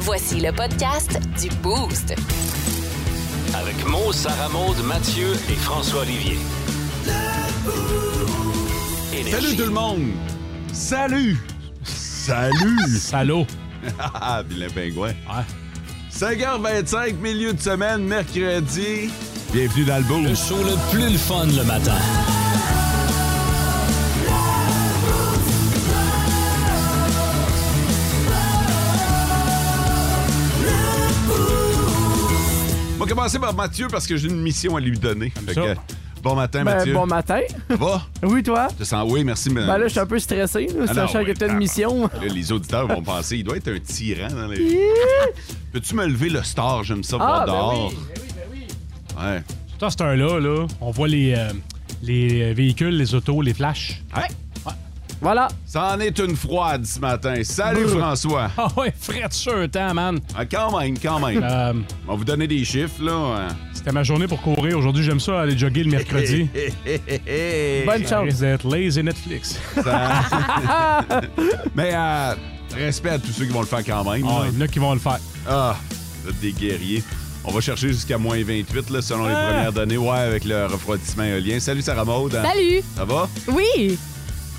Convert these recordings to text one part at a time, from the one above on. Voici le podcast du Boost. Avec Mo, Sarah Maud, Mathieu et François Olivier. Salut tout le monde! Salut! Salut! Salaud. ah, vilain pingouin. Ouais. 5h25, milieu de semaine, mercredi. Bienvenue dans le Le boost. show le plus le fun le matin. On va commencer par Mathieu parce que j'ai une mission à lui donner. Fait ça. que, bon matin, Ben, Mathieu. bon matin. Ça va? Oui, toi? Je te sens... Oui, merci. Mais... Ben là, je suis un peu stressé, là, Ah non, sachant oui, que t'as ben, une mission. Là, les auditeurs vont penser, il doit être un tyran dans les... Peux-tu me lever le star? J'aime ça voir Ah, ben dehors. oui, ben Ouais. Toi, cette heure-là, là, on voit les, euh, les véhicules, les autos, les flashs. Ouais. Voilà. Ça en est une froide ce matin. Salut, Brr. François. Ah ouais, frais de sur temps, man. Ah, quand même, quand même. Euh, On va vous donner des chiffres, là. hein. C'était ma journée pour courir. Aujourd'hui, j'aime ça aller jogger le mercredi. Bonne Ça chance. risque d'être lazy Netflix. Ah, Mais euh, respect à tous ceux qui vont le faire quand même. Ah, là. il y en a qui vont le faire. Ah, vous êtes des guerriers. On va chercher jusqu'à moins 28, là, selon les Ah! premières données. Ouais, avec le refroidissement éolien. Salut, Sarah Maud. hein? Salut! Ça va? Oui!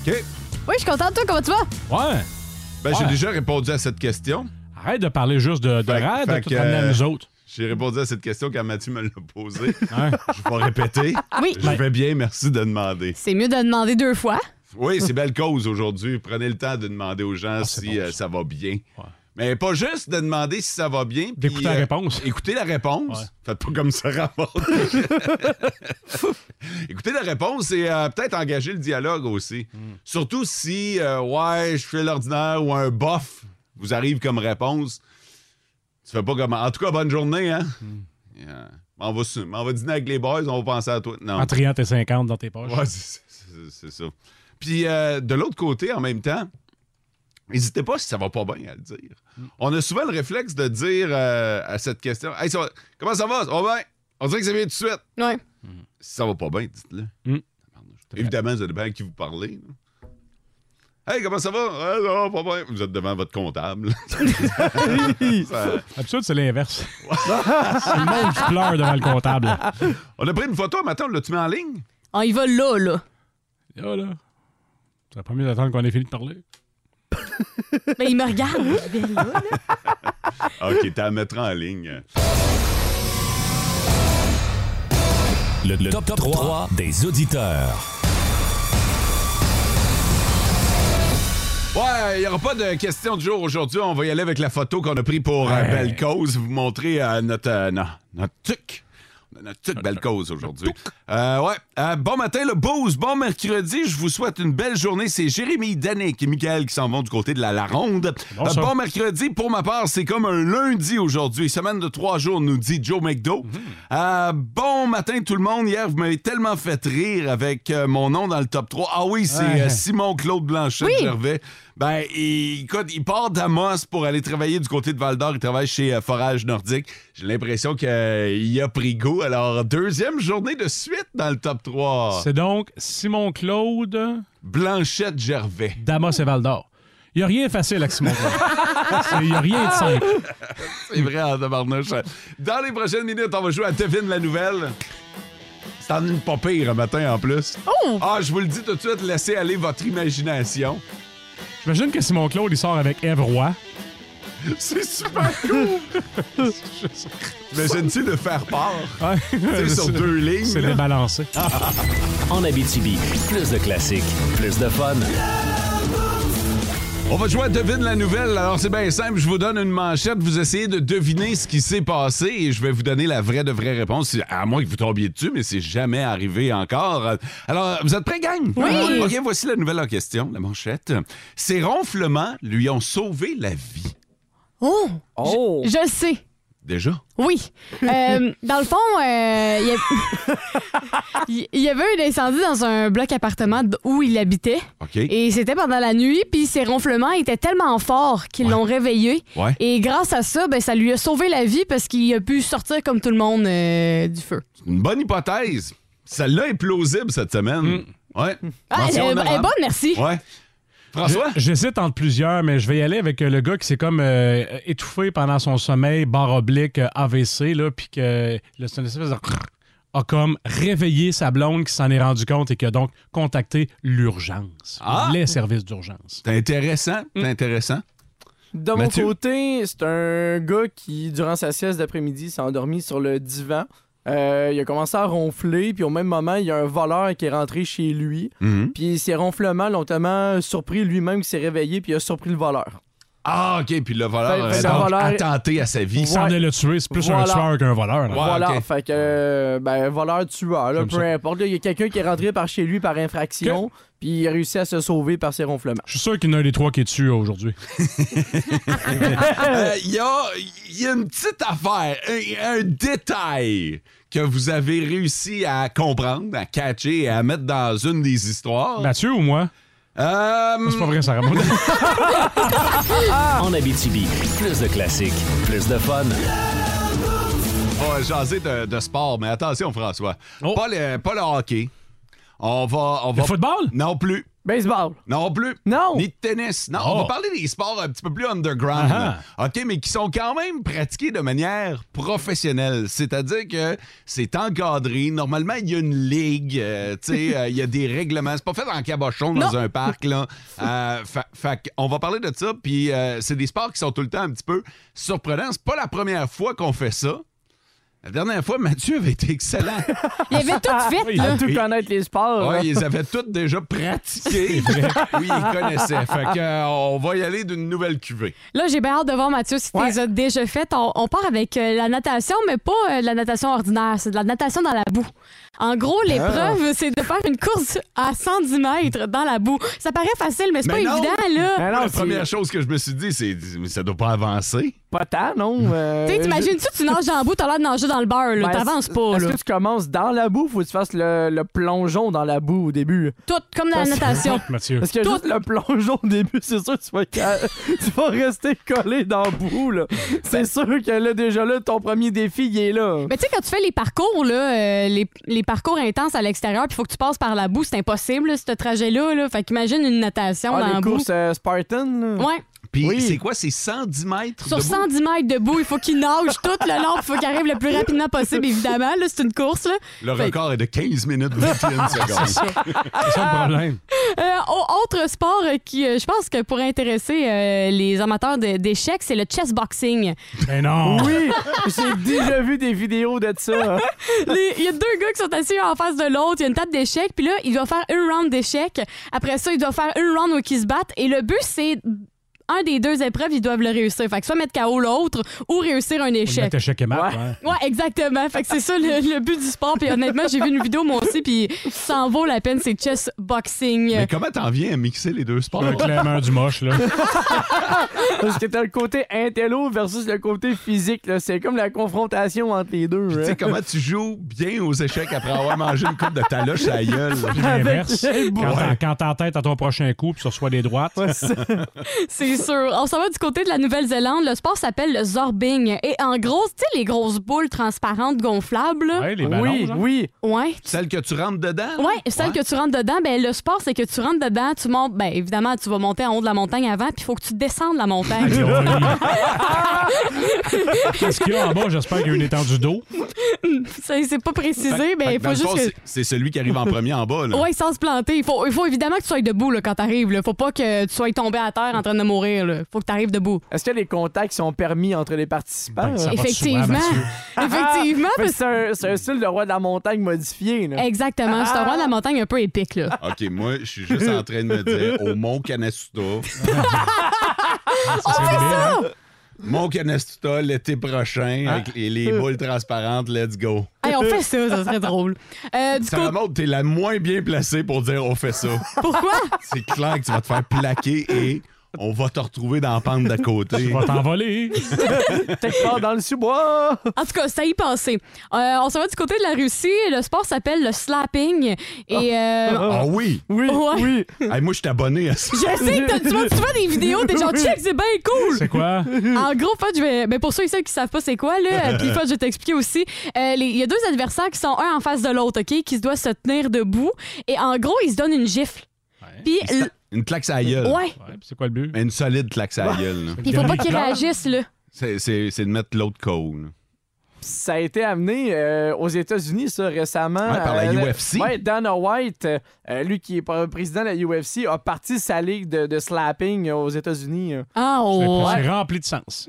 OK. Oui, je suis contente, toi, comment tu vas? Ouais. Ben, j'ai Ouais. déjà répondu à cette question. Arrête de parler juste de, de Fait- rad, fait tout que, euh, ramener à nous autres. J'ai répondu à cette question quand Mathieu me l'a posée. Hein? Je vais répéter. Oui. Je vais bien, merci de demander. C'est mieux de demander deux fois. Oui, c'est belle cause aujourd'hui. Prenez le temps de demander aux gens Ah, c'est si bon, euh, ça. ça va bien. Ouais. Mais pas juste de demander si ça va bien. puis, D'écouter la réponse. Écoutez la réponse. Ouais. Faites pas comme ça, rapporte. écoutez la réponse et euh, peut-être engager le dialogue aussi. Surtout si, euh, ouais, je fais l'ordinaire ou un bof vous arrive comme réponse. Tu fais pas comme. En tout cas, bonne journée, hein? Et, euh, on, va, su- on va dîner avec les boys, on va penser à toi. Non. En triant tes 50 dans tes poches. Ouais, c'est- c'est c'est ça. Puis euh, de l'autre côté, en même temps, n'hésitez pas si ça va pas bien à le dire. On a souvent le réflexe de dire euh, à cette question Hey, ça va- comment ça va? Ça va bien? On dirait que ça vient tout de suite. Oui. Si ça va pas bien, dites-le. Mm. Évidemment, vous êtes bien à qui vous parlez. là. Hey, comment ça va? Ah, ça va pas bien. Vous êtes devant votre comptable. Ça- Absurde, c'est l'inverse. c'est le monde qui pleure devant le comptable. Là, on a pris une photo, maintenant, on l'a-tu mis en ligne? On y Ah, va là, là. là. Ça pas mieux d'attendre qu'on ait fini de parler. Mais il me regarde. Je vais là, là. Ah, OK, t'as à mettre en ligne. Le, le top, 3, des auditeurs. Ouais, il n'y aura pas de question du jour aujourd'hui. On va y aller avec la photo qu'on a prise pour euh, Belle Cause. Vous montrer euh, notre, euh, non, notre tuc. On a Notre tuc Belle Cause aujourd'hui. Euh, ouais. Euh, bon matin, le boost. Bon mercredi. Je vous souhaite une belle journée. C'est Jérémy, Danick et Michael qui s'en vont du côté de la Laronde. bon, ça. bon mercredi. Pour ma part, c'est comme un lundi aujourd'hui. Semaine de trois jours, nous dit Joe McDo. Mhm. Euh, bon matin, tout le monde. Hier, vous m'avez tellement fait rire avec euh, mon nom dans le top 3. Ah oui, c'est Ouais. euh, Simon Claude Blanchet Oui. de Gervais. Ben, il, écoute, il part d'Amos pour aller travailler du côté de Val d'Or. Il travaille chez euh, Forage Nordique. J'ai l'impression qu'il a pris goût. Alors, deuxième journée de suite dans le top 3. C'est donc Simon Claude Blanchette Gervais. Damas et Val d'Or. Il n'y a rien facile avec Simon Claude. Ah. Il n'y a rien de simple. C'est vrai, en tabarnouche. Dans les prochaines minutes, on va jouer à Devine la nouvelle. C'est en une pas pire un matin en plus. Oh! Ah, je vous le dis tout de suite, laissez aller votre imagination. J'imagine que Simon Claude, il sort avec Ève Roy. C'est super cool! Imagine-tu de faire part? C'est sur deux lignes. C'est là. débalancé. En Abitibi, plus de classiques, plus de fun. On va jouer à Devine la nouvelle. Alors, c'est bien simple. Je vous donne une manchette. Vous essayez de deviner ce qui s'est passé et je vais vous donner la vraie de vraie réponse. À moins que vous tombiez dessus, mais c'est jamais arrivé encore. Alors, vous êtes prêts, gang? Oui. OK, voici la nouvelle en question, la manchette. Ces ronflements lui ont sauvé la vie. Oh! Oh! Je le sais. Déjà? Oui. Euh, dans le fond, euh, il y, a- il y avait un incendie dans un bloc appartement d- où il habitait. OK. Et c'était pendant la nuit, puis ses ronflements étaient tellement forts qu'ils Ouais. l'ont réveillé. Ouais. Et grâce à ça, ben, ça lui a sauvé la vie parce qu'il a pu sortir comme tout le monde euh, du feu. Une bonne hypothèse. Celle-là est plausible cette semaine. Ouais. Ah, Mention elle, elle est honorable. bonne, merci. Ouais. François? Je- J'hésite entre plusieurs, mais je vais y aller avec euh, le gars qui s'est comme euh, étouffé pendant son sommeil, barre oblique, euh, AVC, là, puis que le c'est une espèce de a comme réveillé sa blonde qui s'en est rendu compte et qui a donc contacté l'urgence, Ah! les services d'urgence. C'est intéressant, Hmm. c'est intéressant. De mon Mathieu? côté, c'est un gars qui, durant sa sieste d'après-midi, s'est endormi sur le divan. Euh, il a commencé à ronfler, puis au même moment, il y a un voleur qui est rentré chez lui. Mhm. Puis ses ronflements l'ont tellement surpris lui-même qu'il s'est réveillé, puis il a surpris le voleur. Ah, OK, puis le voleur Fait- fait a que le donc Ben, voleur- attenté à sa vie. Il semblait Ouais. le tuer, c'est plus un Voilà. tueur qu'un voleur. là. Ouais, voilà, ok. fait que, euh, ben, voleur tueur, là, J'aime peu ça. importe. là, il y a quelqu'un qui est rentré par chez lui par infraction, puis il a réussi à se sauver par ses ronflements. Je suis sûr qu'il y en a un des trois qui est tué aujourd'hui. Euh, Il y, a, il y a une petite affaire, un, un détail que vous avez réussi à comprendre, à catcher et à mettre dans une des histoires. Mathieu ou moi? Euh, C'est pas vrai, Sarah Maud. En Abitibi, plus de classiques, plus de fun. On va jaser de, de sport, mais attention, François. Oh. Pas, le, pas le hockey. On va. On Le va... football? Non plus. Baseball! Non plus. Non. Ni de tennis. Non, on Oh. va parler des sports un petit peu plus underground. Ah OK, mais qui sont quand même pratiqués de manière professionnelle. C'est-à-dire que c'est encadré. Normalement, il y a une ligue. euh, tu sais, euh, il y a des règlements. C'est pas fait en cabochon dans un parc. Là. Euh, fa- fait qu'on va parler de ça. Puis euh, c'est des sports qui sont tout le temps un petit peu surprenants. C'est pas la première fois qu'on fait ça. La dernière fois, Mathieu avait été excellent. Il avait tout fait, Oui. là. À tout connaître les sports! Ouais, hein. ils les avaient toutes déjà pratiquées. oui, ils connaissaient. Fait que, euh, on va y aller d'une nouvelle cuvée. Là, j'ai bien hâte de voir, Mathieu, si tu les as déjà faites. On, on part avec euh, la natation, mais pas euh, de la natation ordinaire. C'est de la natation dans la boue. En gros, Ah. l'épreuve, c'est de faire une course à 110 mètres dans la boue. Ça paraît facile, mais c'est pas Mais non! évident, là. Ben non, la c'est première chose que je me suis dit, c'est ça doit pas avancer. pas tant, non? euh, Tu sais, T'imagines-tu, tu nages dans la boue, t'as l'air de nager dans le beurre, là. Ben, T'avances pas, Est-ce là. que tu commences dans la boue ou tu fasses le, le plongeon dans la boue au début? Tout, comme dans la Parce- natation. Mathieu. Parce que Tout- juste le plongeon au début, c'est sûr que tu vas, ca- tu vas rester collé dans la boue. là. Ben- C'est sûr que là, déjà là, ton premier défi, il est là. Mais tu sais, quand tu fais les parcours, là, euh, les, les parcours intenses à l'extérieur, puis il faut que tu passes par la boue, c'est impossible, là, ce trajet-là. Là. Fait qu'imagine une natation Ah, dans la les boue. courses euh, Spartan, là. Ouais. Puis Oui. c'est quoi, c'est 110 mètres Sur de bout? 110 mètres debout, il faut qu'il nage tout le long, il faut qu'il arrive le plus rapidement possible, évidemment. Là, c'est une course. Là. Le record est de 15 minutes 21 secondes. C'est ça le problème. Euh, au- autre sport euh, qui, euh, je pense que pourrait intéresser euh, les amateurs de- d'échecs, c'est le chess boxing. Mais non! Oui, j'ai déjà vu des vidéos de ça. hein. Les- Il y a deux gars qui sont assis en face de l'autre. Il y a une table d'échecs. Puis là, il doit faire une round d'échecs. Après ça, il doit faire une round où ils se battent. Et le but, c'est un des deux épreuves, ils doivent le réussir. Fait que soit mettre KO l'autre ou réussir un On échec. était chèque et mat, Ouais. ouais. Ouais, exactement. Fait que c'est ça le, le but du sport. Puis honnêtement, j'ai vu une vidéo moi aussi, puis ça en vaut la peine. C'est chess boxing. Mais comment t'en viens à mixer les deux sports? Un clameur du moche, là. Parce que t'as le côté intello versus le côté physique. là. C'est comme la confrontation entre les deux. Tu hein. sais comment tu joues bien aux échecs après avoir mangé une coupe de taloche à la gueule? là? Puis l'inverse. les Quand t'en- Quand t'entêtes à ton prochain coup, puis tu reçois des droites. C'est sûr. On s'en va du côté de la Nouvelle-Zélande. Le sport s'appelle le zorbing. Et en gros, tu sais, les grosses boules transparentes gonflables. là? Ouais, les ballons. Oui, genre. oui. Ouais. Celle que tu rentres dedans? là? Oui, celle que tu rentres dedans, ben, le sport, c'est que tu rentres dedans, tu montes, ben, évidemment, tu vas monter en haut de la montagne avant, puis il faut que tu descendes la montagne. Ah, Qu'est-ce qu'il y a en bas? J'espère qu'il y a une étendue d'eau. c'est c'est pas précisé, Fait- fait mais il que faut dans le juste fond, que... c'est- C'est celui qui arrive en premier en bas. là. Oui, sans se planter. Il faut, il faut évidemment que tu sois debout là, quand t'arrives. Il faut pas que tu sois tombé à terre en train de mourir. Il faut que t'arrives debout. Est-ce que les contacts sont permis entre les participants? Ben, ça va de soi, Effectivement. Mathieu. Effectivement. Fait parce- que C'est un, c'est un style de roi de la montagne modifié. Là. Exactement. C'est un roi de la montagne un peu épique. Là. OK, moi, je suis juste en train de me dire au Mont Canasuta. Ça Ah, serait débile, hein? Mont Canasuta l'été prochain avec les, les boules transparentes, let's go. Hein? Hey, on fait ça, ça serait drôle. Euh, du Sarah coup, Maud, t'es la moins bien placée pour dire on fait ça. pourquoi? C'est clair que tu vas te faire plaquer et on va te retrouver dans la pente d'à Tu côté. vas t'envoler. Quelque part dans le sous-bois. En tout cas, ça y passait. on s'en va du côté de la Russie. Le sport s'appelle le slapping. Et euh, Ah oui! Oui, Ouais. oui. Hey, moi, je suis abonné à ça. je sais que t'as- tu vois, tu vois des vidéos des gens check, c'est bien cool. C'est quoi? En gros, Fudge, je vais- ben, pour ceux et celles qui savent pas c'est quoi, là, euh, puis Fudge, je vais t'expliquer aussi. Euh, les- Il y a deux adversaires qui sont un en face de l'autre, OK, qui se doivent se tenir debout. Et en gros, ils se donnent une gifle. Puis l- Une claque à gueule. Ouais. Ouais, puis c'est quoi le but? Mais une solide claque à gueule. là. Puis il faut pas qu'ils réagissent, là. C'est c'est- c'est de mettre l'autre cône. Ça a été amené euh, aux États-Unis, ça, récemment. Ouais, par la Euh, UFC. Ouais, Dana White, euh, lui qui est pr- président de la UFC, a parti sa ligue de, de slapping euh, aux États-Unis. euh. Ah, ouais. C'est rempli de sens.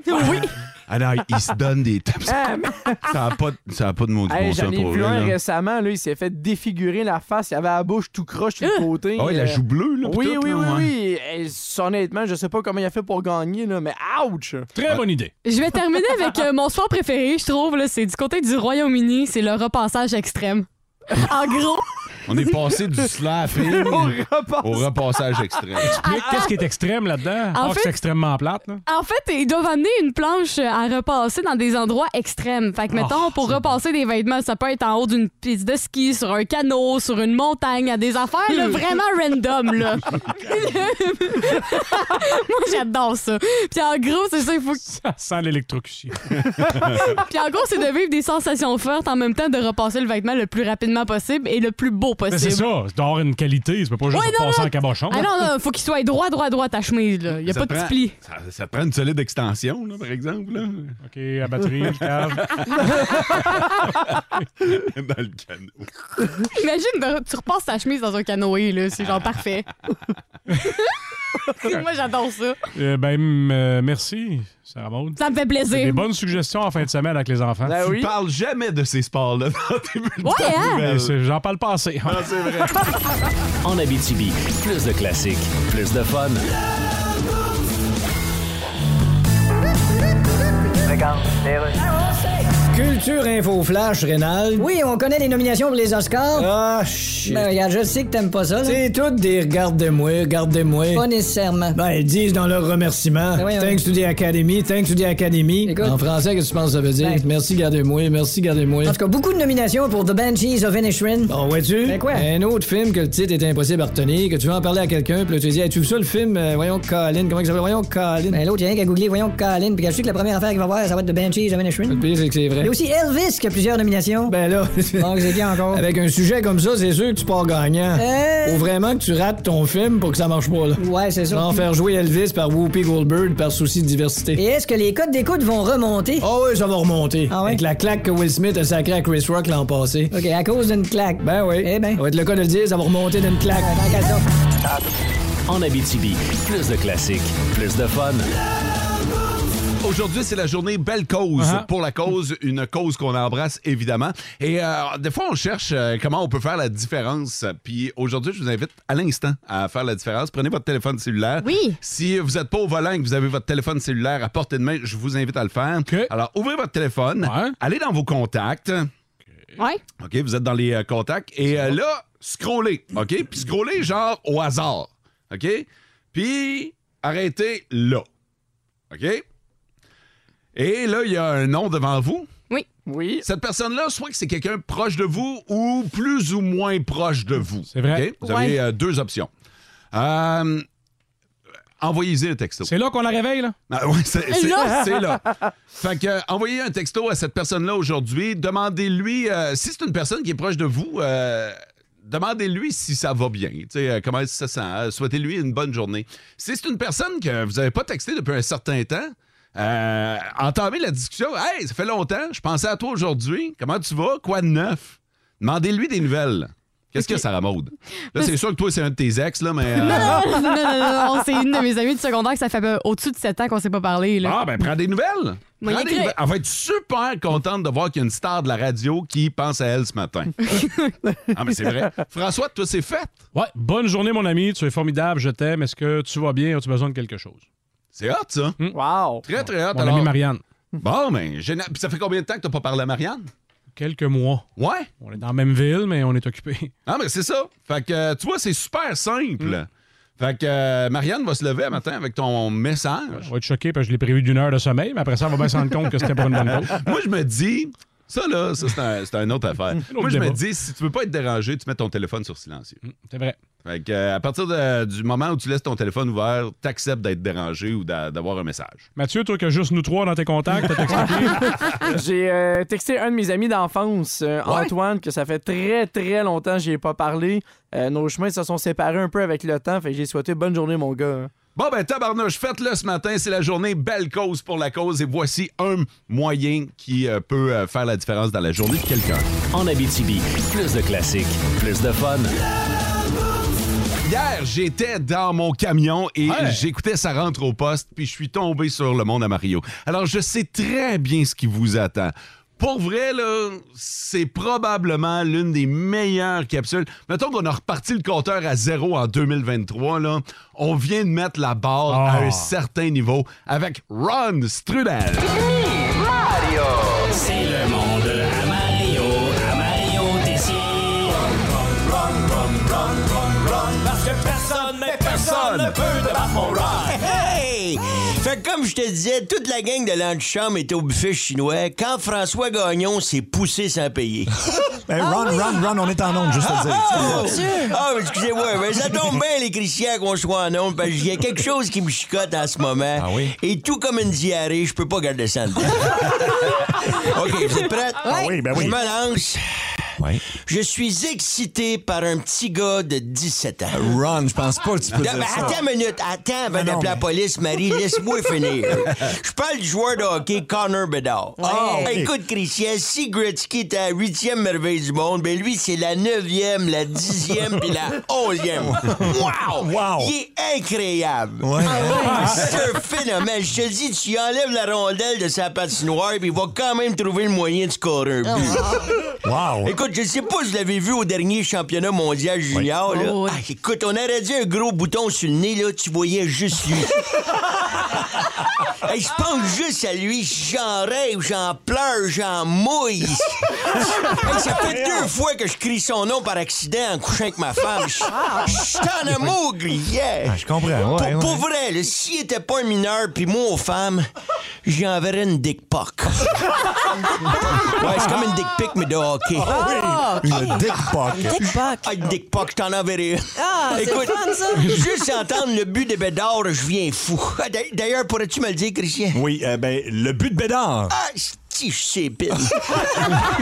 Ah non, il- il se donne des tapes. Ah, mais- Ça n'a pas, de- ça a pas de maudit hey, bon J'en sens ai pour vu un lui. là. récemment, là, il s'est fait défigurer la face, il avait la bouche tout croche sur le côté. Ah ouais, la euh, joue bleue, là. pis Oui, tout, oui, là, oui, oui. ouais. Eh, Honnêtement, je sais pas comment il a fait pour gagner, là, mais ouch! Très bonne idée. Je vais terminer avec euh, mon soir préféré, je trouve. là, C'est du côté du Royaume-Uni, c'est le repassage extrême. En gros, On est passé du slapping Au repas! au repassage extrême. Mais qu'est-ce qui est extrême là-dedans? Ah, En Ah, que fait- c'est extrêmement plate. Là. en fait, ils doivent amener une planche à repasser dans des endroits extrêmes. Fait que, mettons, Oh, pour c'est repasser des vêtements, ça peut être en haut d'une piste de ski, sur un canot, sur une montagne, à des affaires là, vraiment random, là. Moi, j'adore ça. Puis en gros, c'est ça, il faut que Ça sent l'électrocution. Puis en gros, c'est de vivre des sensations fortes en même temps de repasser le vêtement le plus rapidement possible et le plus beau Mais c'est possible. ça. C'est d'avoir une qualité. Tu peux pas juste Ouais, non, passer non. en cabochon. Ah là. non, non, faut qu'il soit droit, droit, droit ta chemise, là. Y a Ça pas de prend- petit pli. Ça, ça prend une solide extension, là, par exemple, là, OK, à batterie, le cave. dans le canot. Imagine, de- tu repasses ta chemise dans un canoë, là. C'est genre parfait. Moi, j'adore ça. Euh, ben, m- euh, merci, Sarah Maud. Ça me fait Des plaisir. bonnes suggestions en fin de semaine avec les enfants. Ben Tu oui. parles jamais de ces sports-là dans tes bulletins Ouais, hein? de Ben, nouvelles. c'est- J'en parle pas assez. Ah, c'est vrai. En Abitibi, plus de classiques, plus de fun. Culture Info Flash, Rénal. Oui, on connaît les nominations pour les Oscars. Ah, shit. Ben, regarde, je sais que t'aimes pas ça, là. C'est tout des regardez-moi, regardez-moi. Pas nécessairement. Ben, ils disent dans leur remerciement. Ben, voyons. thanks to the Academy, thanks to the Academy. Écoute. En français, qu'est-ce que tu penses que ça veut dire? Ben. Ah. Merci, gardez-moi, merci, gardez-moi. En tout cas, beaucoup de nominations pour The Banshees of Inisherin. Bon, Oh, vois-tu? Ben quoi? Un autre film que le titre est impossible à retenir, que tu veux en parler à quelqu'un, puis là, tu dis, hey, tu veux ça le film? euh, voyons, Colin, comment il s'appelle? Voyons, Colin. Ben, l'autre, il y a rien qu'à googler, voyons, Colin. Puis je sais que la première affaire qu'il va voir, ça va être The Banshees of Inisherin. Le Il pire, c'est que c'est vrai. y a aussi Elvis qui a plusieurs nominations. Ben là, Donc, c'est qui encore? avec un sujet comme ça, c'est sûr que tu pars gagnant. Euh, Faut vraiment que tu rates ton film pour que ça marche pas, là. Ouais, c'est ça. Sans faire jouer Elvis par Whoopi Goldberg par souci de Et diversité. est-ce que les codes d'écoute vont remonter? Eh, Ah oui, ça va remonter. Ah ouais? Avec la claque que Will Smith a sacrée à Chris Rock l'an passé. OK, à cause d'une claque. Ben oui. Eh ben. Ça va être le cas de le dire, ça va remonter d'une claque. Tant qu'à ça. En Abitibi, plus de classiques, plus de fun. Aujourd'hui, c'est la journée Belle Cause. Uh-huh. Pour la cause, une cause qu'on embrasse, évidemment. Et euh, des fois, on cherche euh, comment on peut faire la différence. Puis aujourd'hui, je vous invite à l'instant à faire la différence. Prenez votre téléphone cellulaire. Oui. Si vous n'êtes pas au volant et que vous avez votre téléphone cellulaire à portée de main, je vous invite à le faire. OK. Alors, ouvrez votre téléphone. Ouais. Allez dans vos contacts. Ouais. OK, vous êtes dans les euh, contacts. Et euh, là, scrollez. OK? Puis scrollez genre au hasard. OK? Puis arrêtez là. OK? Et là, il y a un nom devant vous. Oui. Cette personne-là, soit que c'est quelqu'un proche de vous ou plus ou moins proche de vous. C'est vrai. OK? Vous avez Ouais. euh, deux options. Euh, Envoyez-y un texto. C'est là qu'on la réveille, là? Ah oui, c'est c'est- Là. c'est là. Fait que, euh, envoyez un texto à cette personne-là aujourd'hui. Demandez-lui, euh, si c'est une personne qui est proche de vous, euh, demandez-lui si ça va bien. Tu sais, euh, comment ça se sent. euh, Souhaitez-lui une bonne journée. Si c'est une personne que vous n'avez pas texté depuis un certain temps, euh, entamez la discussion. Hey, ça fait longtemps, je pensais à toi aujourd'hui. Comment tu vas? Quoi de neuf? Demandez-lui des nouvelles. Qu'est-ce que ça ramode? Là, c'est sûr que toi, c'est un de tes ex, là, mais. euh, non, non, non, non, c'est une de mes amies du secondaire que ça fait euh, au-dessus de 7 ans qu'on s'est pas parlé, là. Ah, ben prends des nouvelles. Moi, Prends il des écrit. nouvelles. Elle va être super contente de voir qu'il y a une star de la radio qui pense à elle ce matin. ah, mais c'est vrai. François, toi, c'est fait. Ouais. Bonne journée, mon ami. Tu es formidable. Je t'aime. Est-ce que tu vas bien? As-tu besoin de quelque chose? C'est hot, ça. Wow! Très, très hot. Mon Alors, ami Marianne. bon, ben, génial. Puis ça fait combien de temps que t'as pas parlé à Marianne? Quelques mois. Ouais. On est dans la même ville, mais on est occupé. Ah, mais c'est ça. Fait que, euh, tu vois, c'est super simple. Fait que euh, Marianne va se lever un matin avec ton message. On va être choqué parce que je l'ai prévu d'une heure de sommeil, mais après ça, on va bien se rendre compte que c'était pas une bonne chose. Moi, je me dis... Ça, là, ça, c'est un, c'est une autre affaire. Moi, je me débat. Hum, dis, si tu veux pas être dérangé, tu mets ton téléphone sur silencieux. C'est vrai. Fait que, euh, à partir de- du moment où tu laisses ton téléphone ouvert, t'acceptes d'être dérangé ou d'a- d'avoir un message. Mathieu, toi, que juste nous trois dans tes contacts, t'as t'expliqué. J'ai euh, texté un de mes amis d'enfance, euh, Antoine, que ça fait très très longtemps que j'ai pas parlé. Euh, nos chemins se sont séparés un peu avec le temps, fait que j'ai souhaité bonne journée mon gars. Bon, ben, tabarnouche, faites-le ce matin. C'est la journée Belle cause pour la cause. Et voici un moyen qui euh, peut euh, faire la différence dans la journée de quelqu'un. En Abitibi, plus de classiques, plus de fun. Hier, j'étais dans mon camion et j'écoutais sa rentre au poste, puis je suis tombé sur le monde à Mario. Alors, je sais très bien ce qui vous attend. Pour vrai, là, c'est probablement l'une des meilleures capsules. Mettons qu'on a reparti le compteur à zéro en 2023, là. On vient de mettre la barre à un certain niveau avec Ron Strudel. C'est le monde à Mario, à Mario Tessier. Oh, Parce que personne, mais personne ne peut te battre mon ride. Hey! Fait que comme je te disais, toute la gang de l'antichambre est au buffet chinois quand François Gagnon s'est poussé sans payer. Ben, Ah Ron, Ron, Ron, on est en onde, juste à dire. Ah, mais excusez-moi, mais ça tombe bien, les Christians, qu'on soit en ondes, parce qu'il y a quelque chose qui me chicote en ce moment. Ah Et tout comme une diarrhée, je peux pas garder ça en dedans. OK, vous êtes prêts? Ah oui, ben oui. Je me lance. Ouais. Je suis excité par un petit gars de 17 ans. Ron, je pense pas que tu peux Non, dire mais ça. Ah attends une minute, attends Non, avant d'appeler mais- la police, Marie, laisse-moi finir. Je parle du joueur de hockey Connor Bedard. Ah, ok. Écoute, Christian, si Gretzky était la huitième merveille du monde, ben lui, c'est la neuvième, la dixième puis la onzième. Wow! Wow! Il est incroyable. Ah Ouais. hein? Ah. C'est un phénomène. Je te dis, tu lui enlèves la rondelle de sa patinoire puis il va quand même trouver le moyen de scorer un but. Oh. Wow. Écoute, je sais pas si vous l'avez vu au dernier championnat mondial junior. là. Oh, oui. Ah, écoute, on aurait dit un gros bouton sur le nez, là, tu voyais juste lui. Hey, je pense juste à lui, j'en rêve, j'en pleure, j'en mouille. Hey, ça fait deux fois que je crie son nom par accident en couchant avec ma femme. Je je suis en amour, yeah. Ah, je comprends, ouais, Pour, pour ouais. vrai, là, s'il était pas un mineur, puis moi aux femmes, j'enverrais une dick poc. ouais, c'est comme une dick pic, mais de hockey. Ah Le dick pocket. Ah, une dick poc, je t'en enverrai une. Écoute, juste entendre le but de Bédard, je viens fou. Ah, d'a- D'ailleurs, pourrais-tu me le dire, Christian? Oui, euh, ben, le but de Bédard. Ah, si, je sais pile.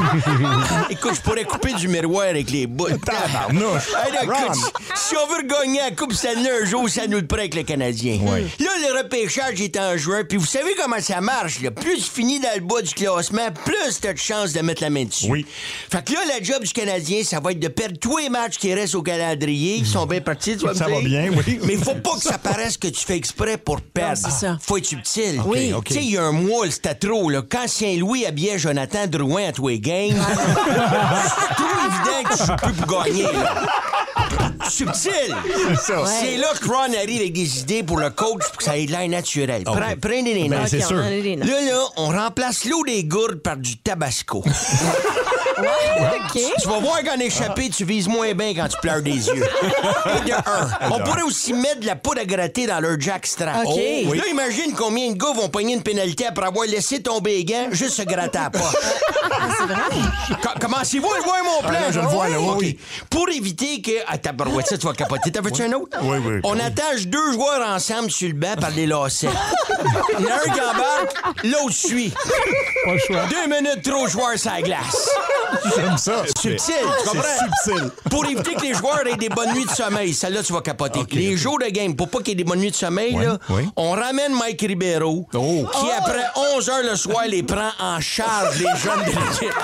Écoute, je pourrais couper du miroir avec les bouts. Tabarnouche. Hey, là, Ron. écoute, si si on veut gagner la Coupe Stanley un jour, ça nous le prend avec le Canadien. Là, le repêchage est en juin, puis vous savez comment ça marche. Là. Plus tu finis dans le bas du classement, plus t'as de chances de mettre la main dessus. Oui. Fait que là, la job du Canadien, ça va être de perdre tous les matchs qui restent au calendrier. Ils sont bien partis, tu vas me Ça va dire. bien, oui. Mais il faut pas que ça paraisse que tu fais exprès pour perdre. Non, c'est ça. Faut être subtil. Oui. ok. Tu sais, il y a un mois, le c'était trop, là. Quand Saint-Louis habillait Jonathan Drouin à tous les games, c'est trop évident que tu peux pour gagner, là. Subtil. ça. C'est là que Ron arrive avec des idées pour le coach pour que ça ait de l'air naturel. Pre- Prenez les notes. Ben, c'est on sûr. a les notes. Là, là, on remplace l'eau des gourdes par du tabasco. Tu vas voir qu'en échappé, tu vises moins bien quand tu pleures des yeux. Et de un, on pourrait aussi mettre de la poudre à gratter dans leur jackstrap. OK. Oh, Là, imagine combien de gars vont pogner une pénalité après avoir laissé tomber les gants juste se gratter à la poche. Co- Commencez-vous à voir mon plan. Ah, là, je le vois, là, oui, OK. oui. Pour éviter que... Ah, ta barouette, ça, tu vas capoter. T'en veux-tu un autre? Oui, oui, On oui. attache deux joueurs ensemble sur le banc par les lacets. L'un qui embarque, l'autre suit. Pas le choix. Deux minutes trop joueurs sur la glace. J'aime ça. Subtil, tu comprends? C'est subtil. Pour éviter que les joueurs aient des bonnes nuits de sommeil, celle-là, tu vas capoter. les jours de game, pour pas qu'il y ait des bonnes nuits de sommeil, Ouais, là, ouais. on ramène Mike Ribeiro, Oh. qui après 11 heures le soir les prend en charge, les jeunes de l'équipe.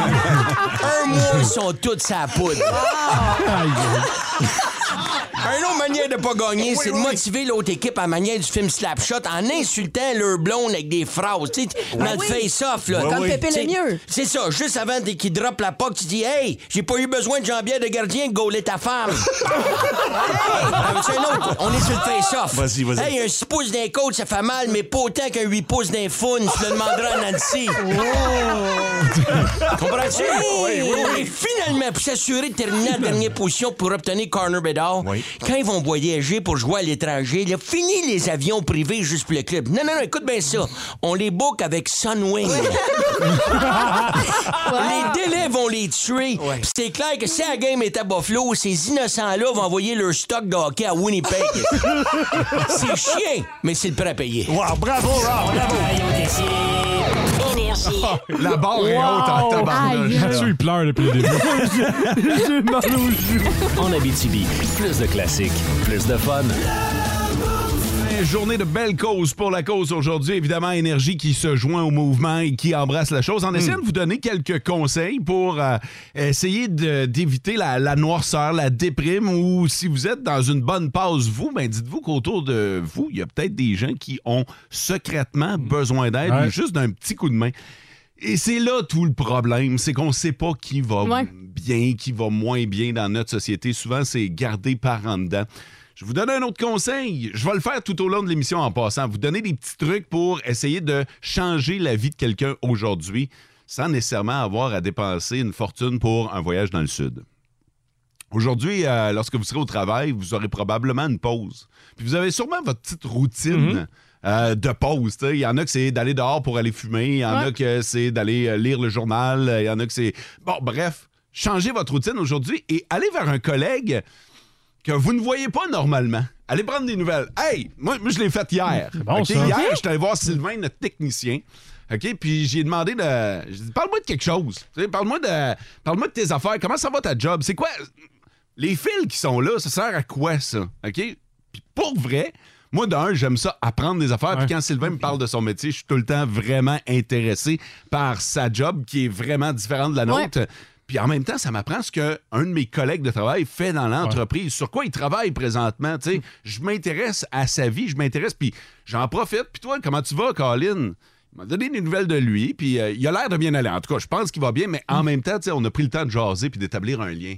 Un mois, ils sont tous sa poudre. Un autre manière de pas gagner, c'est de motiver l'autre équipe à la manière du film Slapshot en insultant leur blonde avec des phrases. Tu sais, dans le face-off, là. Comme oui. Pépé C'est- Lemieux. C'est ça, juste avant dès qu'il drop la poque, tu dis Hey, j'ai pas eu besoin de jambière de gardien, gauler ta femme. hey, en veux-tu un autre? On est sur le face-off. Vas-y, vas-y. Hey, un 6 pouces d'un côte, ça fait mal, mais pas autant qu'un 8 pouces d'un foun. Je le demanderai à Nancy. Oh. Comprends-tu? Et finalement, pour s'assurer de terminer la dernière position pour obtenir Corner Bedard, Oui. quand ils vont voyager pour jouer à l'étranger. Là, fini les avions privés juste pour le club. Non, non, non, écoute bien ça. On les book avec Sunwing. les délais vont les tuer. Puis C'est clair que si la game est à Buffalo, ces innocents-là vont envoyer leur stock de hockey à Winnipeg. c'est chiant, mais c'est le prêt à payer. Wow, bravo, Rob, bravo. Énergie. La barre est haute en Ah, tabarnouche. Aïe. Mathieu, il pleure depuis le début. En Abitibi, plus de classiques, plus de fun. Journée de belles causes pour la cause aujourd'hui. Évidemment, Énergie qui se joint au mouvement et qui embrasse la chose en essayant de vous donner quelques conseils pour euh, essayer de- d'éviter la, la noirceur, la déprime ou si vous êtes dans une bonne pause, vous, ben dites-vous qu'autour de vous, il y a peut-être des gens qui ont secrètement besoin d'aide Ouais. ou juste d'un petit coup de main. Et c'est là tout le problème, c'est qu'on ne sait pas qui va Ouais. bien, qui va moins bien dans notre société. Souvent, c'est gardé par en dedans. Je vous donne un autre conseil. Je vais le faire tout au long de l'émission en passant. Vous donner des petits trucs pour essayer de changer la vie de quelqu'un aujourd'hui sans nécessairement avoir à dépenser une fortune pour un voyage dans le sud. Aujourd'hui, euh, lorsque vous serez au travail, vous aurez probablement une pause. Puis vous avez sûrement votre petite routine Mhm. euh, de pause. tu sais. Il y en a que c'est d'aller dehors pour aller fumer. Il y en Ouais. a que c'est d'aller euh, lire le journal. euh, Il y en a que c'est... Bon, bref, changez votre routine aujourd'hui et allez vers un collègue que vous ne voyez pas normalement. Allez prendre des nouvelles. Hey, moi, moi, je l'ai fait hier. bon, OK, ça. Hier, je suis allé voir Sylvain, notre technicien. OK, puis j'ai demandé de. J'ai dit, parle-moi de quelque chose. Tu sais, Parle-moi de, parle-moi de tes affaires. Comment ça va ta job? C'est quoi. Les fils qui sont là, ça sert à quoi, ça? OK? Puis pour vrai, moi, d'un, j'aime ça, apprendre des affaires. Puis quand Sylvain me parle de son métier, je suis tout le temps vraiment intéressé par sa job qui est vraiment différente de la Ouais. nôtre. Puis en même temps, ça m'apprend ce qu'un de mes collègues de travail fait dans l'entreprise, sur quoi il travaille présentement. tu sais. Je m'intéresse à sa vie, je m'intéresse, puis j'en profite. Puis toi, comment tu vas, Colin? Il m'a donné des nouvelles de lui, puis euh, il a l'air de bien aller. En tout cas, je pense qu'il va bien, mais en même temps, tu sais, on a pris le temps de jaser puis d'établir un lien.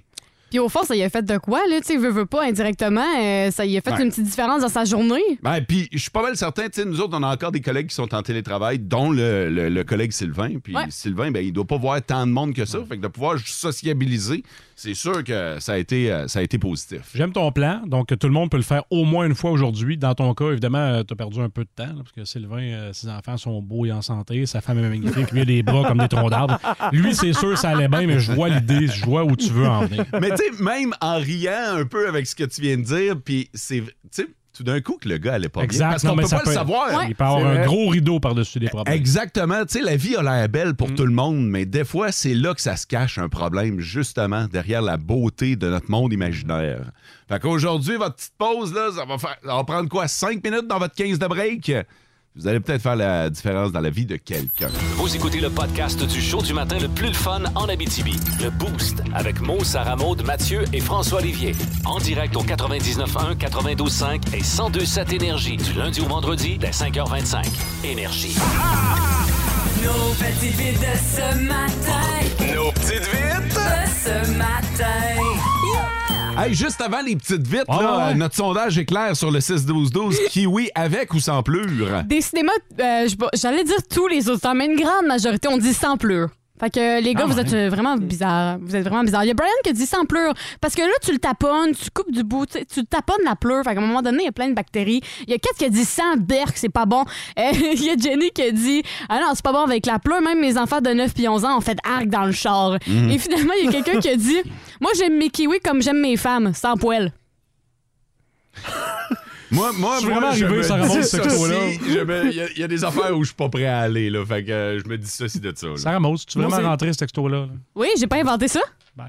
Puis au fond, ça y a fait de quoi, là? Tu sais, veut, veut pas, indirectement, euh, ça y a fait Ouais. une petite différence dans sa journée. Ben, puis je suis pas mal certain, tu sais, nous autres, on a encore des collègues qui sont en télétravail, dont le, le- le collègue Sylvain. Puis Ouais. Sylvain, ben, il doit pas voir tant de monde que ça. Fait que de pouvoir sociabiliser, c'est sûr que ça a été, euh, ça a été positif. J'aime ton plan, donc tout le monde peut le faire au moins une fois aujourd'hui. Dans ton cas, évidemment, tu as perdu un peu de temps, là, parce que Sylvain, euh, ses enfants sont beaux et en santé, sa femme est magnifique, lui, il a des bras comme des troncs d'arbre. Lui, c'est sûr, ça allait bien, mais je vois l'idée, je vois où tu veux en venir. Mais tu sais, même en riant un peu avec ce que tu viens de dire, puis c'est. Tu sais, tout d'un coup que le gars allait pas bien. Exact, Parce non, qu'on mais peut ça pas le savoir. Il peut y avoir C'est un vrai. gros rideau par-dessus des problèmes. Exactement. Tu sais, la vie a l'air belle Mm. pour tout le monde, mais des fois, c'est là que ça se cache un problème, justement, derrière la beauté de notre monde imaginaire. Fait qu'aujourd'hui, votre petite pause, là, ça va, faire, ça va prendre quoi? 5 minutes dans votre 15 de break? Vous allez peut-être faire la différence dans la vie de quelqu'un. Vous écoutez le podcast du show du matin le plus le fun en Abitibi. Le Boost avec Mo, Sarah Maud, Mathieu et François Olivier. En direct au 99.1, 92.5 et 102.7 Énergie du lundi au vendredi dès 5h25. Énergie. Nos petites vites de ce matin. Nos petites vites de ce matin. Hey, juste avant les petites vites, Ouais, là, ouais, ouais. notre sondage est clair sur le 6-12-12. Kiwi avec ou sans plure? Décidément, euh, je- j'allais dire tous les auteurs, mais une grande majorité, on dit sans pleurs. Fait que les gars, Ah, vous ouais. êtes euh, vraiment bizarres. Vous êtes vraiment bizarres. Il y a Brian qui dit sans pleurs. Parce que là, tu le taponnes, tu coupes du bout, tu sais, tu taponnes la pleure. Fait qu'à un moment donné, il y a plein de bactéries. Il y a Kat qui a dit sans berk, c'est pas bon. Euh, Il y a Jenny qui a dit ah non, c'est pas bon avec la pleure. Même mes enfants de 9 puis 11 ans ont fait arc dans le char. Mm. Et finalement, il y a quelqu'un qui a dit Moi, j'aime mes kiwis comme j'aime mes femmes, sans poil. Moi, moi, Je suis moi, vraiment je arrivé, me ça remonte ce dissocie, toit-là. je me- Il y a- il y, a des affaires où je suis pas prêt à aller, là. Fait que euh, je me dissocie de ça. là. Sarah Maud, tu veux Moi, vraiment c'est- rentrer ce texto-là? là? Oui, j'ai pas inventé ça. Ben,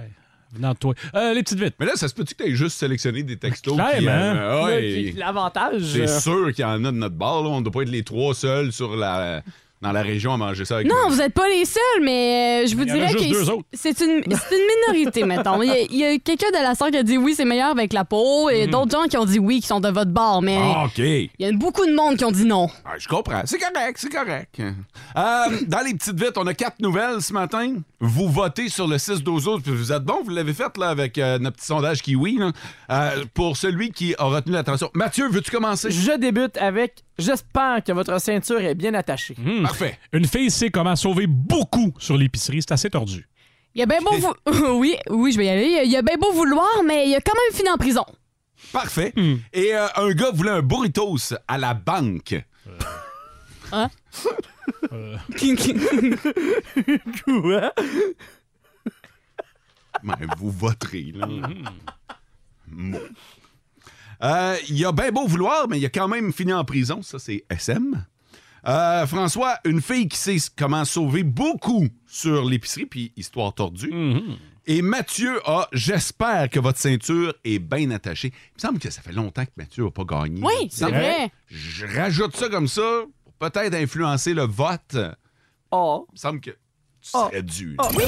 venant de toi. Euh, les petites vites. Mais là, ça se peut-tu que tu juste sélectionné des textos? Clairement. puis, euh, ouais, Puis L'avantage. c'est euh, sûr qu'il y en a de notre bar. Là. On ne doit pas être les trois seuls sur la, dans la région à manger ça. Avec Non, vous n'êtes pas les seuls, mais euh, je vous Il y en a dirais juste que deux c'est- autres. c'est une, c'est une minorité, mettons. Il y a, il y a quelqu'un de la sœur qui a dit oui, c'est meilleur avec la peau, et d'autres gens qui ont dit oui, qui sont de votre bord, mais Hmm. Ah, OK. il y a beaucoup de monde qui ont dit non. Ah, je comprends. C'est correct, c'est correct. Euh, dans les petites vites, on a quatre nouvelles ce matin. Vous votez sur le 6 12 autres, puis vous êtes bon, vous l'avez fait là, avec euh, notre petit sondage Kiwi. Là, Euh, pour celui qui a retenu l'attention. Mathieu, veux-tu commencer? Je débute avec J'espère que votre ceinture est bien attachée. Parfait. Une fille sait comment sauver beaucoup sur l'épicerie. C'est assez tordu. Il y a bien beau vou- oui, oui, je vais y aller. Il y a bien beau vouloir, mais il a quand même fini en prison. Parfait. Hmm. Et euh, un gars voulait un burritos à la banque. Hein? Quoi? Ben, vous voterez, là. Mot. Euh, il a bien beau vouloir, mais il a quand même fini en prison. Ça, c'est SM. Euh, François, une fille qui sait comment sauver beaucoup sur l'épicerie, puis histoire tordue. Et Mathieu a J'espère que votre ceinture est bien attachée. Il me semble que ça fait longtemps que Mathieu n'a pas gagné. Oui, Il me c'est semble- vrai. Je rajoute ça comme ça pour peut-être influencer le vote. Oh. Ah. Il me semble que tu serais dû. là. Oui!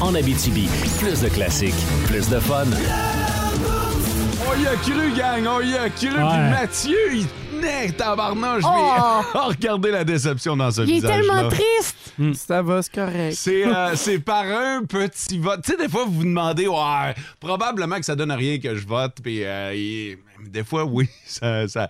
En Abitibi, plus de classiques, plus de fun. On y Oh, a cru, gang! On y a cru! Puis Mathieu, il tenait tabarnouche! Mais... oh, Regardez la déception dans ce Ah. Il est visage tellement triste. Ça va, c'est correct. C'est euh, c'est par un petit vote. Tu sais, des fois, vous vous demandez, ouais, probablement que ça donne rien que je vote. Puis euh, il- des fois, oui, ça, ça-